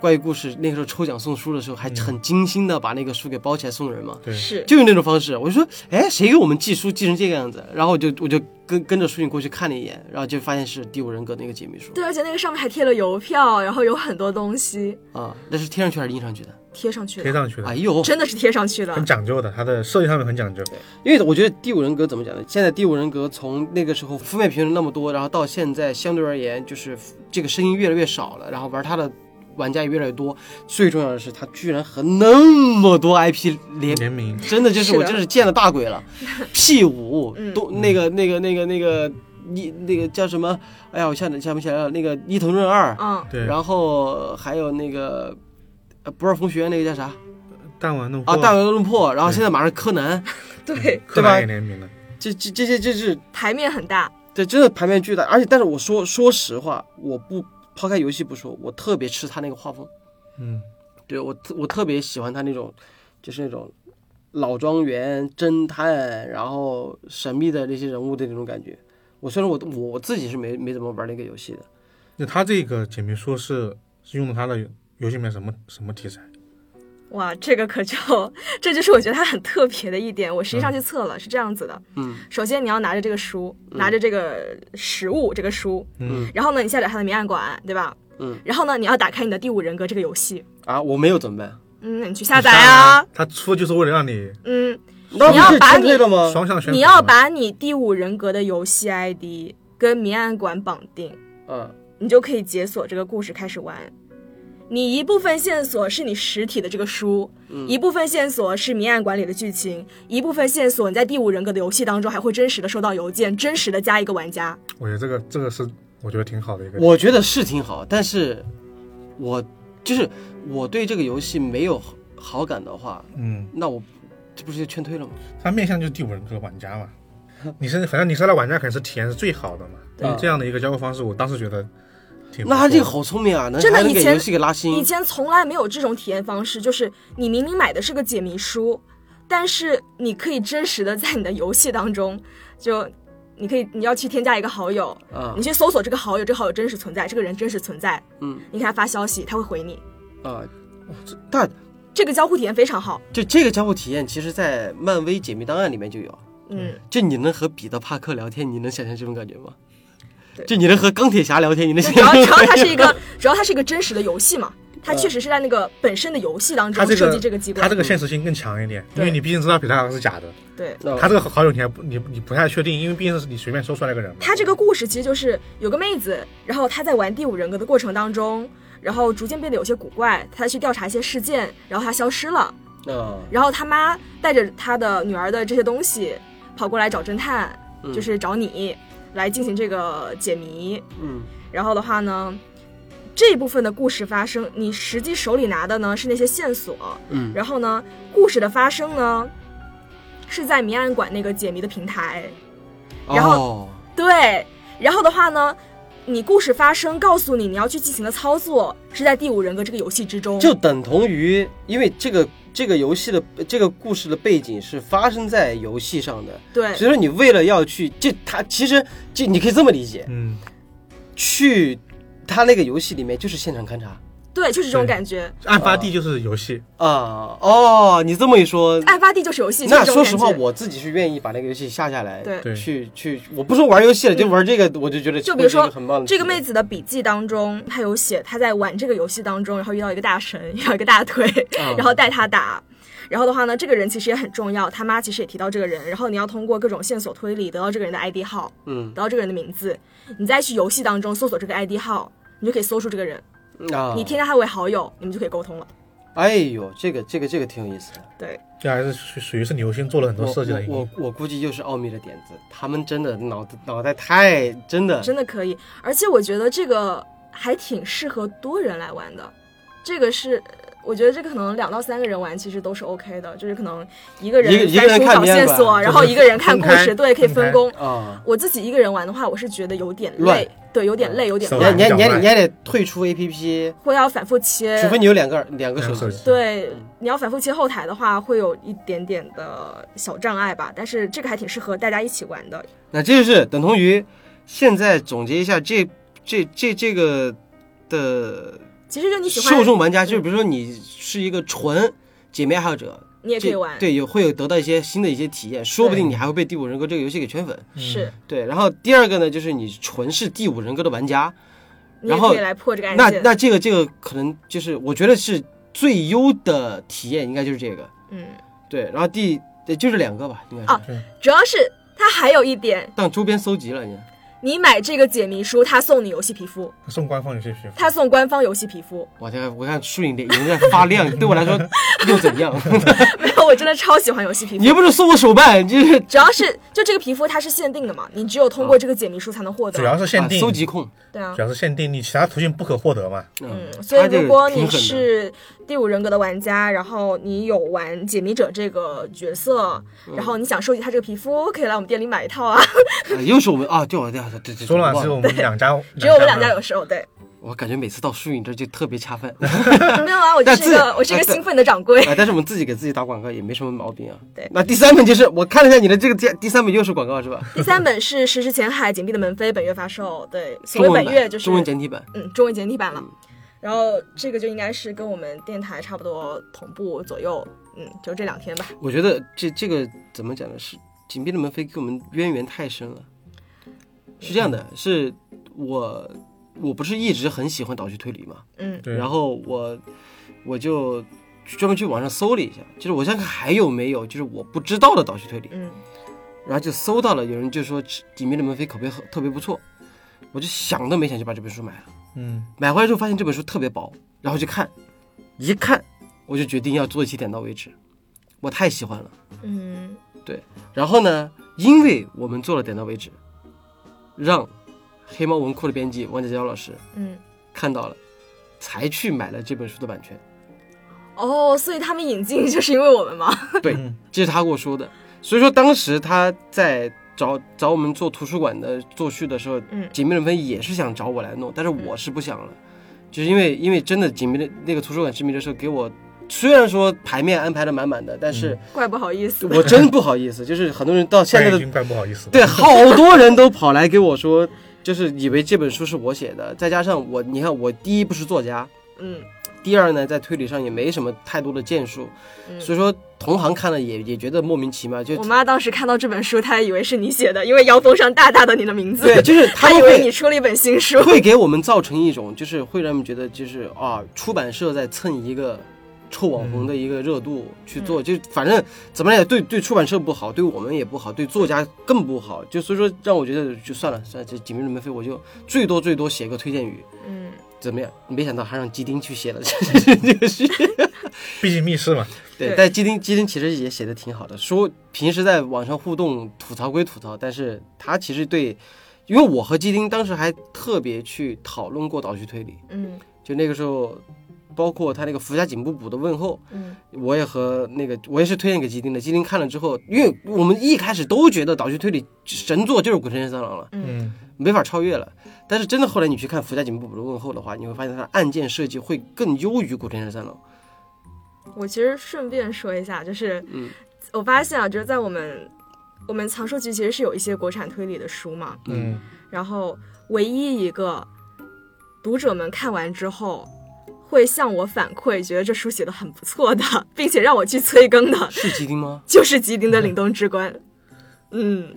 S1: 怪异故事那个时候抽奖送书的时候，还很精心的把那个书给包起来送人嘛，
S3: 对
S2: 是，
S1: 就用那种方式。我就说，哎，谁给我们寄书寄成这个样子？然后我就我就跟跟着舒云过去看了一眼，然后就发现是第五人格那个解密书
S2: 对，而且那个上面还贴了邮票，然后有很多东西
S1: 啊，那是贴上去还是印上去的？
S2: 贴上去
S3: 贴
S2: 的，
S3: 上去
S1: 哎
S3: 的，
S1: 呦，
S2: 真的是贴上去的
S3: 很。讲究的，它的设计上面很讲究，
S1: 因为我觉得第五人格怎么讲呢？现在第五人格从那个时候负面评论那么多，然后到现在相对而言就是这个声音越来越少了，然后玩它的玩家也越来越多。最重要的是，它居然和那么多 IP 联，
S3: 联名，
S1: 真的就是
S2: 是
S1: 我
S2: 的
S1: 真是见了大鬼了。P 五
S2: 嗯
S1: 都那个那个那个那个一那个叫什么？哎呀，我想想不起来了。那个伊藤润二，
S2: 嗯，
S3: 对，
S1: 然后还有那个。呃不是风学院那个叫啥
S3: 弹丸弄
S1: 啊？
S3: 破，
S1: 大文论破，然后现在马上柯南，
S2: 对，
S3: 柯
S1: 对吧
S3: 南也联名了，
S1: 这这这些这是
S2: 牌面很大。
S1: 对，真的盘面巨大。而且，但是我说说实话，我不抛开游戏不说，我特别吃他那个画风。
S3: 嗯，
S1: 对我特我特别喜欢他那种，就是那种老庄园侦探，然后神秘的那些人物的那种感觉。我虽然我我我自己是没没怎么玩那个游戏的，
S3: 那它这个解谜书是是用的它的游戏里面什么什么题材？
S2: 哇，这个可就 这就是我觉得它很特别的一点。我实际上去测了，是这样子的：
S1: 嗯
S2: 首先你要拿着这个书，拿着这个实物，这个书，
S3: 嗯
S2: 然后呢，你下载它的谜案馆，对吧？
S1: 嗯，
S2: 然后呢，你要打开你的第五人格这个游戏，
S1: 啊，我没有怎么办？
S2: 嗯，那你去下载啊，
S3: 他出就是为了让你
S2: 嗯，
S1: 那不
S2: 你要
S1: 是
S2: 把
S1: 劝退
S2: 你
S1: 了吗？
S3: 双向宣传嘛。
S2: 你要把你第五人格的游戏 ID 跟谜案馆绑定，
S1: 嗯，
S2: 你就可以解锁这个故事开始玩。你一部分线索是你实体的这个书，一部分线索是谜案馆里的剧情，一部分线索你在第五人格的游戏当中还会真实的收到邮件，真实的加一个玩家。
S3: 我觉得这个这个是我觉得挺好的一个。
S1: 我觉得是挺好，但是我就是我对这个游戏没有好好感的话，
S3: 嗯，
S1: 那我这不是就劝退了吗？
S3: 他面向就是第五人格玩家嘛，你是反正你是来玩家肯定是体验是最好的嘛。
S1: 对
S3: 这样的一个交互方式，我当时觉得挺不错
S1: 那他这个好聪明啊，能
S2: 真的
S1: 还能
S2: 以
S1: 给
S2: 前
S1: 游戏给拉
S2: 以
S1: 新。
S2: 前从来没有这种体验方式，就是你明明买的是个解谜书，但是你可以真实的在你的游戏当中，就你可以你要去添加一个好友，
S1: 啊
S2: 你去搜索这个好友，这个好友真实存在，这个人真实存在，
S1: 嗯
S2: 你给他发消息，他会回你。
S1: 啊，这但
S2: 这个交互体验非常好，
S1: 就这个交互体验，其实，在漫威解密档案里面就有。
S2: 嗯，
S1: 就你能和彼得·帕克聊天，你能想象这种感觉吗
S2: 对？
S1: 就你能和钢铁侠聊天，你能
S2: 就
S1: 想
S2: 主
S1: 象
S2: 要主
S1: 这种感觉
S2: 要它
S1: 吗？
S2: 是一 个主要它是一个真实的游戏嘛，它确实是在那个本身的游戏当
S3: 他
S2: 中
S3: 这
S2: 设
S3: 个
S2: 计这个机
S3: 他
S2: 关
S3: 这，个现实性更强一点，因
S2: 对
S3: 为你毕竟知道皮塔克是假的，
S2: 对。
S1: 哦
S3: 他这个好友你还不你你不太确定，因为毕竟是你随便搜出来个人嘛。
S2: 他这个故事其实就是有个妹子，然后她在玩第五人格的过程当中，然后逐渐变得有些古怪，她去调查一些事件，然后她消失了，
S1: 啊，
S2: 然后她妈带着她的女儿的这些东西跑过来找侦探，
S1: 嗯
S2: 就是找你来进行这个解谜。
S1: 嗯
S2: 然后的话呢，这一部分的故事发生，你实际手里拿的呢是那些线索，
S1: 嗯
S2: 然后呢，故事的发生呢是在谜案馆那个解谜的平台，然后
S1: 哦
S2: 对，然后的话呢，你故事发生告诉你你要去进行的操作是在第五人格这个游戏之中，
S1: 就等同于，因为这个这个游戏的这个故事的背景是发生在游戏上的，
S2: 对
S1: 所以说你为了要去，就他其实就你可以这么理解，
S3: 嗯，
S1: 去他那个游戏里面就是现场勘察
S2: 对，就是这种
S3: 对
S2: 感觉。
S3: 案发地就是游戏，
S1: 啊。哦，你这么一说，
S2: 案发地就是游戏，
S1: 那
S2: 就是这种
S1: 说实话，
S2: 感觉
S1: 我自己是愿意把那个游戏下下来，
S2: 对
S3: 对
S1: 去去，我不说玩游戏了，就玩这个，我就觉得
S2: 就比
S1: 这是一
S2: 如说
S1: 个很棒的
S2: 这个妹
S1: 子，
S2: 子的笔记当中，她有写她在玩这个游戏当中，然后遇到一个大神， 遇到一个大腿，
S1: 啊
S2: 然后带她打。然后的话呢，这个人其实也很重要，他妈其实也提到这个人。然后你要通过各种线索推理得到这个人的 ID 号，
S1: 嗯
S2: 得到这个人的名字，你再去游戏当中搜索这个 ID 号，你就可以搜出这个人，
S1: 啊，
S2: 你添加他为好友，你们就可以沟通了。
S1: 哎呦，这个这个这个挺有意思的，
S2: 对，
S3: 这啊还是属属于是牛星做了很多设计的一
S1: 我
S3: 个
S1: 我。我我估计又是奥秘的点子，他们真的脑子脑袋太真的
S2: 真的可以。而且我觉得这个还挺适合多人来玩的，这个是。我觉得这个可能两到三个人玩其实都是 OK 的，就是可能一个
S1: 一个
S2: 人
S1: 一个
S2: 翻
S1: 人
S2: 书
S1: 看
S2: 找
S1: 谜案
S2: 线
S1: 馆
S2: 索，
S1: 就
S2: 然后
S3: 是
S2: 一个人看
S3: 分
S2: 故
S3: 开
S2: 事，对，可以
S3: 分
S2: 分
S3: 开
S2: 工。
S1: 啊。
S2: 我自己一个人玩的话，我是觉得有点
S1: 乱嗯
S2: 累，对，有点累，有点
S3: 手
S1: 你还
S2: 乱
S1: 你，还你还
S3: 嗯
S1: 你还得退出 A P P，
S2: 会要反复切。
S1: 除非你有两个两个手
S3: 两个手
S1: 机
S3: 机。
S2: 对，你要反复切后台的话，会有一点点的小障碍吧。但是这个还挺适合大家一起玩的。
S1: 那这就是等同于现在总结一下这这这这个的
S2: 其实就你喜欢嗯
S1: 受众玩家，就是比如说你是一个纯解谜爱好者，
S2: 你也可以
S1: 这
S2: 玩，
S1: 对，有会有得到一些新的一些体验，说不定你还会被《第五人格》这个游戏给圈粉。
S3: 嗯
S2: 是，
S1: 对，然后第二个呢，就是你纯是《第五人格》的玩家，
S2: 你也
S1: 然后
S2: 可以来破这个案
S1: 那
S2: 件。
S1: 那这个这个可能就是我觉得是最优的体验，应该就是这个。
S2: 嗯，
S1: 对，然后第对就是两个吧，应该是。
S2: 啊主要是它还有一点，
S1: 当周边搜集了，你
S2: 你买这个解谜书，它送你游戏皮肤，
S3: 送官方游戏皮肤，
S2: 它送官方游戏皮肤。
S1: 我看我看树影脸已经在发 亮，对我来说又怎样？
S2: 没有，我真的超喜欢游戏皮
S1: 你
S2: 肤。
S1: 又不是送我手办，就是
S2: 主要是就这个皮肤它是限定的嘛，你只有通过这个解谜书才能获得。
S3: 主要是限
S1: 啊
S3: 定，
S1: 搜集控。啊
S2: 对啊
S3: 主，要是限定，你其他途径不可获得嘛。
S2: 嗯，所以
S1: 他这个
S2: 如果
S1: 挺
S2: 你
S1: 狠的
S2: 是第五人格的玩家，然后你有玩解谜者这个角色，然后你想收集他这个皮肤，可以来我们店里买一套啊。
S1: 啊又是我们啊，对我对对对对，
S3: 说了嘛，
S1: 忘
S3: 只有我们 两家，
S2: 只有我们两家
S3: 嘛
S2: 有时候 对，
S1: 我感觉每次到树影这就特别恰饭。
S2: 没有啊，我就是一
S1: 但
S2: 个
S1: 是
S2: 我是一个兴奋的 掌柜。
S1: 哎，但是我们自己给自己打广告也没什么毛病啊。
S2: 对
S1: 那第三本就是我看了一下你的这个第第三本又是广告是吧？
S2: 第三本是《石之前海紧闭的门扉》，本月 发售。对，
S1: 中
S2: 所谓
S1: 文
S2: 本
S1: 版
S2: 月就是
S1: 中文简体版。
S2: 嗯，中文简体版了。然后这个就应该是跟我们电台差不多同步左右，嗯，就这两天吧。
S1: 我觉得这这个怎么讲呢？是紧闭的门扉跟我们渊源太深了。是这样的，是我我不是一直很喜欢倒叙推理嘛，
S2: 嗯
S3: 对
S1: 然后我我就专门去网上搜了一下，就是我想看还有没有就是我不知道的倒叙推理，
S2: 嗯
S1: 然后就搜到了，有人就说《里面的门扉》口碑很特别不错，我就想都没想就把这本书买了。
S3: 嗯，
S1: 买回来之后发现这本书特别薄，然后就看，一看我就决定要做起点到为止，我太喜欢了。
S2: 嗯
S1: 然后呢，因为我们做了点到为止，让黑猫文库的编辑王佳佳老师
S2: 嗯。
S1: 看到了，才去买了这本书的版权。
S2: 哦，所以他们引进就是因为我们吗？
S1: 对
S3: 嗯
S1: 这是他跟我说的。所以说当时他在找找我们做图书馆的作序的时候，
S2: 嗯
S1: 紧密的分也是想找我来弄，但是我是不想了，就是因为因为真的紧密的那个图书馆之谜的时候给我。虽然说排面安排的满满的，但是
S2: 怪不好意思的。
S1: 我真不好意思，就是很多人到现在
S3: 现在
S1: 的
S3: 嗯已经怪不好意思了。
S2: 啊
S1: 对，好多人都跑来给我说，就是以为这本书是我写的，再加上我，你看我第一不是作家，
S2: 嗯
S1: 第二呢在推理上也没什么太多的建树，
S2: 嗯
S1: 所以说同行看了也也觉得莫名其妙，就
S2: 我妈当时看到这本书，她以为是你写的，因为腰封上大大的你的名字。
S1: 对，就是他
S2: 她
S1: 们
S2: 以为你
S1: 会
S2: 出了一本新书。
S1: 会给我们造成一种，就是会让他们觉得就是啊，出版社在蹭一个。臭网红的一个热度去
S2: 嗯
S1: 做，就反正怎么来也对对出版社不好，对我们也不好，对作家更不好。就所以说让我觉得就算了，算了，这几名门费我就最多最多写个推荐语，
S2: 嗯，
S1: 怎么样？没想到还让基丁去写了 这这个序。
S3: 毕竟密室嘛，
S1: 对
S2: 对，
S1: 但基丁基丁其实也写的挺好的，说平时在网上互动吐槽归吐槽，但是他其实对，因为我和基丁当时还特别去讨论过倒叙推理，
S2: 嗯
S1: 就那个时候。包括他那个福家井布补的问候，
S2: 嗯
S1: 我也和那个我也是推荐给基丁的。基丁看了之后，因为我们一开始都觉得倒叙推理神作就是《鬼神三郎》了，
S3: 嗯，
S1: 没法超越了。但是真的后来你去看福家警部的问候的话，你会发现它的案件设计会更优于古田十三郎。
S2: 我其实顺便说一下，就是
S1: 嗯
S2: 我发现啊，就是在我们我们藏书局其实是有一些国产推理的书嘛，
S3: 嗯，
S2: 然后唯一一个读者们看完之后会向我反馈，觉得这书写的很不错的，并且让我去催更的，？
S1: 是基丁吗
S2: 就是吉丁的《凛冬之关》。嗯，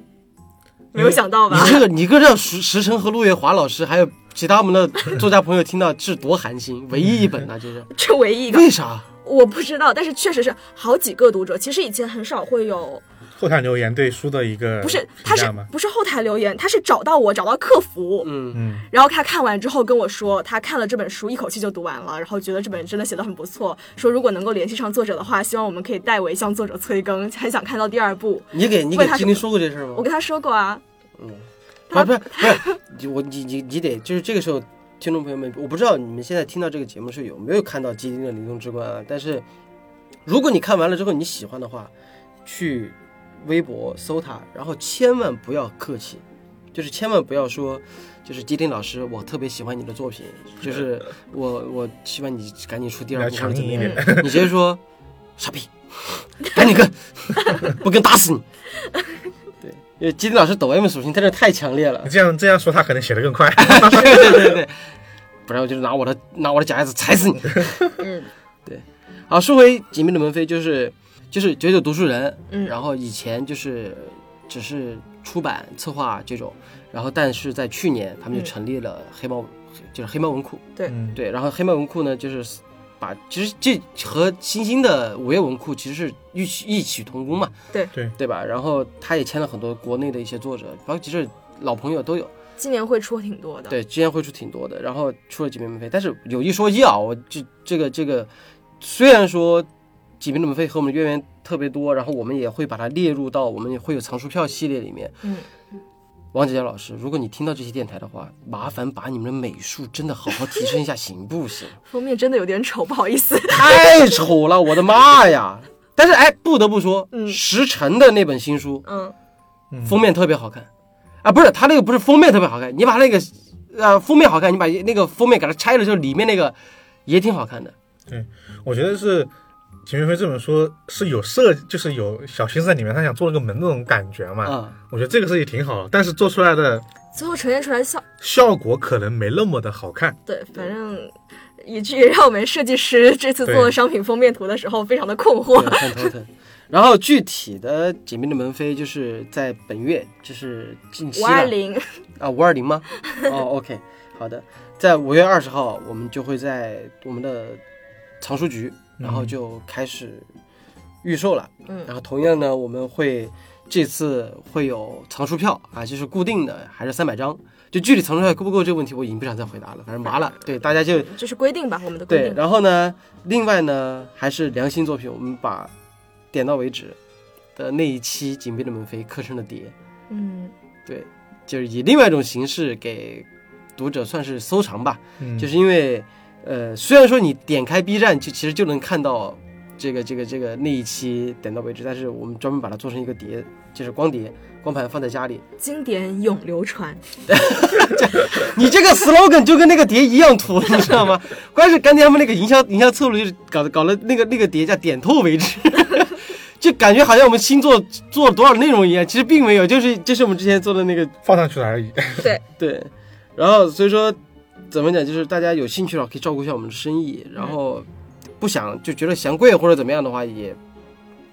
S2: 没有想到吧
S1: 你？这个，你这个让石石城和陆月华老师还有其他我们的作家朋友听到是多寒心，唯一一本啊，这是
S2: 这唯一一个
S1: 为啥？
S2: 我不知道，但是确实是好几个读者。其实以前很少会有，
S3: 后台留言对书的一个
S2: 不是
S3: 评
S2: 他是
S3: 价吗？
S2: 不是后台留言，他是找到我，找到客服，
S1: 嗯，
S3: 嗯，
S2: 然后他看完之后跟我说，他看了这本书，一口气就读完了，然后觉得这本真的写的很不错，说如果能够联系上作者的话，希望我们可以代为向作者催更，很想看到第二部。
S1: 你给你
S2: 问
S1: 给
S2: 他
S1: 基
S2: 是
S1: 丁说过这事儿吗
S2: 我？跟他说过啊，
S1: 不是不是不是，你我你你你得就是这个时候，听众朋友们，我不知道你们现在听到这个节目是有没有看到基丁的《灵动之关》啊？但是如果你看完了之后你喜欢的话，去微博搜他，然后千万不要客气，就是千万不要说。就是基丁老师，我特别喜欢你的作品，就是我我希望你赶紧出第二
S3: 要
S1: 部或者
S3: 强
S1: 怎
S3: 硬
S1: 么样，
S3: 一点。
S1: 你直接说傻逼，赶紧跟， 不跟打死你。 对，因为基丁老师抖 M 属性真的太强烈了
S3: 你，这样这样说，他可能写的更 快。
S1: 对对对，不然我就拿我的拿我的假牙子踩死你。
S2: 嗯
S1: 好，说回《紧密的门扉》，就是就是九九读书人，
S2: 嗯
S1: 然后以前就是只是出版策划这种，然后但是在去年他们就
S2: 嗯
S1: 成立了黑猫，就是黑猫文库。
S3: 嗯，
S1: 对，然后黑猫文库呢，就是把其实这和新兴的五月文库其实是异曲异曲同工嘛，
S2: 对
S3: 对
S1: 对吧？然后他也签了很多国内的一些作者，包括其实老朋友都有。
S2: 今年会出挺多的。
S1: 对，之前会出挺多的，然后出了几篇门扉，但是有一说一啊，我这这个这个，虽然说几篇的门扉和我们的渊源特别多，然后我们也会把它列入到我们会有藏书票系列里面。
S2: 嗯，
S1: 王姐姐老师，如果你听到这期电台的话，麻烦把你们的美术真的好好提升一下， 行不行？
S2: 封面真的有点丑，不好意思。
S1: 太丑了，我的妈呀！但是哎，不得不说，
S2: 嗯
S1: 石沉的那本新书
S2: 嗯，
S1: 封面特别好看，啊，不是，它那个不是封面特别好看，你把那个呃封面好看，你把那个封面给它拆了之后，里面那个也挺好看的。
S3: 我觉得是《秦岳飞》这本书是有设，就是有小心思在里面，他想做了个门那种感觉嘛。
S2: 嗯
S1: 啊，
S3: 我觉得这个是也挺好的，但是做出来的
S2: 最后呈现出来效，
S3: 效果可能没那么的好看。
S2: 对，反正以至于让我们设计师这次做
S3: 对
S2: 商品封面图的时候非常的困
S1: 对
S2: 惑。
S1: 很头疼。然后具体的《解密的门扉》就是在本月，就是近期
S2: 五二
S1: 了
S2: 零，
S1: 啊，五二零吗？哦，OK，好的，在五月二十号，我们就会在我们的藏书局，然后就开始预售了。
S2: 嗯
S1: 然后同样呢，我们会这次会有藏书票啊，就是固定的，还是三百张。就具体藏书票够不够这个问题，我已经不想再回答了，反正麻了。对，大家就
S2: 这是规定吧，我们的规
S1: 对。
S2: 定。
S1: 然后呢，另外呢，还是良心作品，我们把点到为止的那一期《紧闭的门扉》课程的碟，
S2: 嗯，
S1: 就是以另外一种形式给读者算是收藏吧。
S3: 嗯
S1: 就是因为，呃，虽然说你点开 B 站就其实就能看到这个这个这个那一期点到为止，但是我们专门把它做成一个碟，就是光碟光盘放在家里。
S2: 经典永流传。
S1: 你这个 slogan 就跟那个碟一样土，你知道吗？关键是干爹他们那个营销营销策略就是搞搞了那个那个碟叫点透为止。 就感觉好像我们新做做了多少内容一样，其实并没有，就是就是我们之前做的那个
S3: 放上去了而已。
S1: 对，然后所以说怎么讲，就是大家有兴趣的话可以照顾一下我们的生意，然后不想就觉得嫌贵或者怎么样的话也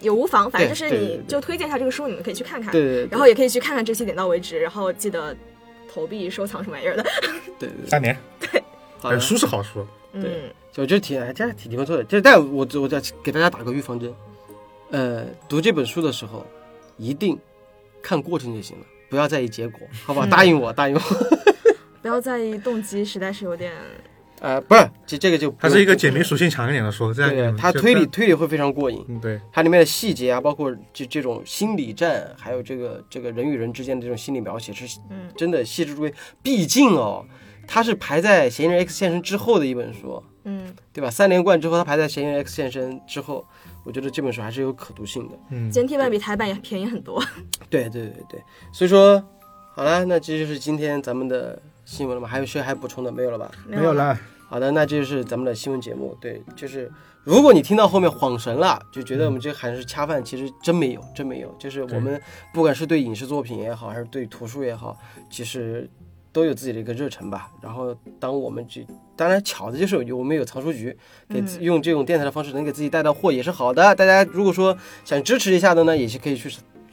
S2: 也无妨，反正就
S1: 对
S2: 是
S1: 对对
S2: 你
S1: 对
S2: 就推荐一下这个书，你们可以去看看，
S1: 对对对
S2: 然后也可以去看看这期点到为止，然后记得投币收藏什么玩意儿的。
S1: 对对对，
S3: 三年，
S1: 好
S3: 哎
S1: 的，
S3: 书是好书，
S1: 对
S2: 嗯，
S1: 我觉得挺还真挺挺不错的。就是但我我再给大家打个预防针，呃，读这本书的时候一定看过程就行了，不要在意结果，好 吧？
S2: 嗯
S1: 答应我，答应我。
S2: 不要在意动机，实在是有点
S1: 呃，不是，这这个就不
S3: 它
S1: 用
S3: 是一个解谜属性强一点的书，这样
S1: 对
S3: 你，
S1: 它
S3: 就
S1: 推理，推理会非常过瘾。
S3: 嗯对，
S1: 它里面的细节啊，包括这这种心理战，还有这个这个人与人之间的这种心理描写，是
S2: 嗯
S1: 真的细致入微。毕竟哦，它是排在《嫌疑人 X 现身》之后的一本书，
S2: 嗯，
S1: 对吧？三连冠之后，它排在《嫌疑人 X 现身》之后，我觉得这本书还是有可读性的。
S3: 嗯，
S2: 简体版比台版也便宜很 多。
S1: 对对对对，所以说，好了，那这就是今天咱们的新闻了吗？还有谁还补充的没有了吧？
S2: 没
S3: 没有
S2: 了，
S3: 了，
S1: 好的，那这就是咱们的新闻节目。对，就是如果你听到后面恍神了，就觉得我们这还是恰饭，其实真没有，真没有。就是我们不管是对影视作品也好，还是对图书也好，其实都有自己的一个热忱吧。然后，当我们这当然巧的就是有我们有藏书局，给自
S2: 嗯
S1: 用这种电台的方式能给自己带到货也是好的。大家如果说想支持一下的呢，也是可以去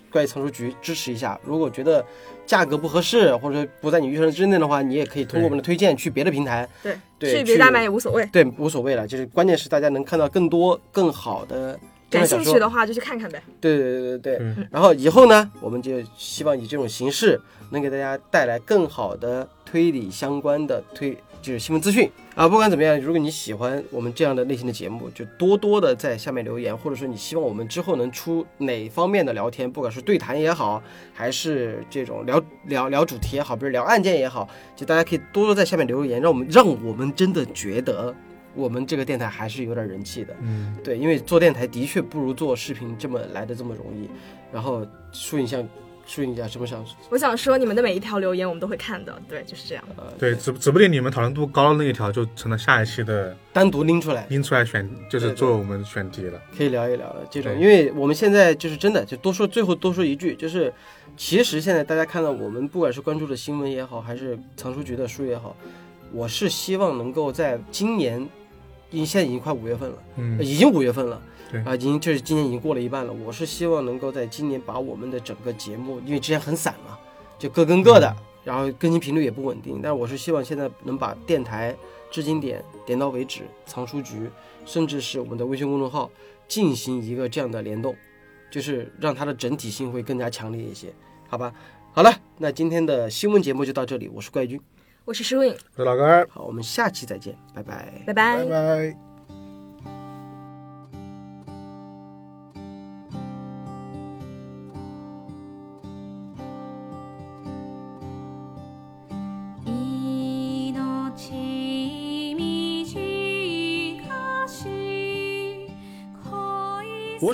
S1: 关于藏书局支持一下。如果觉得价格不合适，或者说不在你预算之内的话，你也可以通过我们的推荐去别的平台。
S2: 对，
S1: 对
S2: 去别的大买也无所谓。
S1: 对，无所谓了，就是关键是大家能看到更多更好的
S2: 感
S1: 小
S2: 兴
S1: 说
S2: 趣。的话就去看看呗。
S1: 对对对对对。
S3: 嗯
S1: 然后以后呢，我们就希望以这种形式能给大家带来更好的推理相关的推就是新闻资讯啊。不管怎么样，如果你喜欢我们这样的类型的节目，就多多的在下面留言，或者说你希望我们之后能出哪方面的聊天，不管是对谈也好，还是这种聊聊聊主题也好，比如聊案件也好，就大家可以多多在下面留言，让我们让我们真的觉得我们这个电台还是有点人气的。
S3: 嗯，
S1: 对，因为做电台的确不如做视频这么来的这么容易。然后树影像，树影像什么像，
S2: 我想说，你们的每一条留言我们都会看的，对，就是这样。
S1: 呃，
S3: 对，指指不定你们讨论度高的那一条就成了下一期的
S1: 单独拎出来
S3: 拎出来选，
S1: 对
S3: 就是
S1: 对
S3: 做我们选题了。
S1: 可以聊一聊了。这种，
S3: 对
S1: 因为我们现在就是真的，就多说最后多说一句，就是其实现在大家看到我们不管是关注的新闻也好，还是藏书局的书也好，我是希望能够在今年，因为现在已经快五月份了。
S3: 嗯
S1: 呃，已经五月份了，
S3: 对
S1: 啊，已经就是今年已经过了一半了。我是希望能够在今年把我们的整个节目，因为之前很散嘛，就各跟各的，
S3: 嗯
S1: 然后更新频率也不稳定。但我是希望现在能把电台、至今点、点到为止、藏书局，甚至是我们的微信公众号进行一个这样的联动，就是让它的整体性会更加强烈一些，好吧？好了，那今天的新闻节目就到这里，我是怪军，
S2: 我是 Swing，
S3: 我是老根儿，
S1: 好，我们下期再见，拜拜。
S2: 拜拜
S3: 拜。拜。
S4: 命短し恋
S1: 我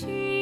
S4: 口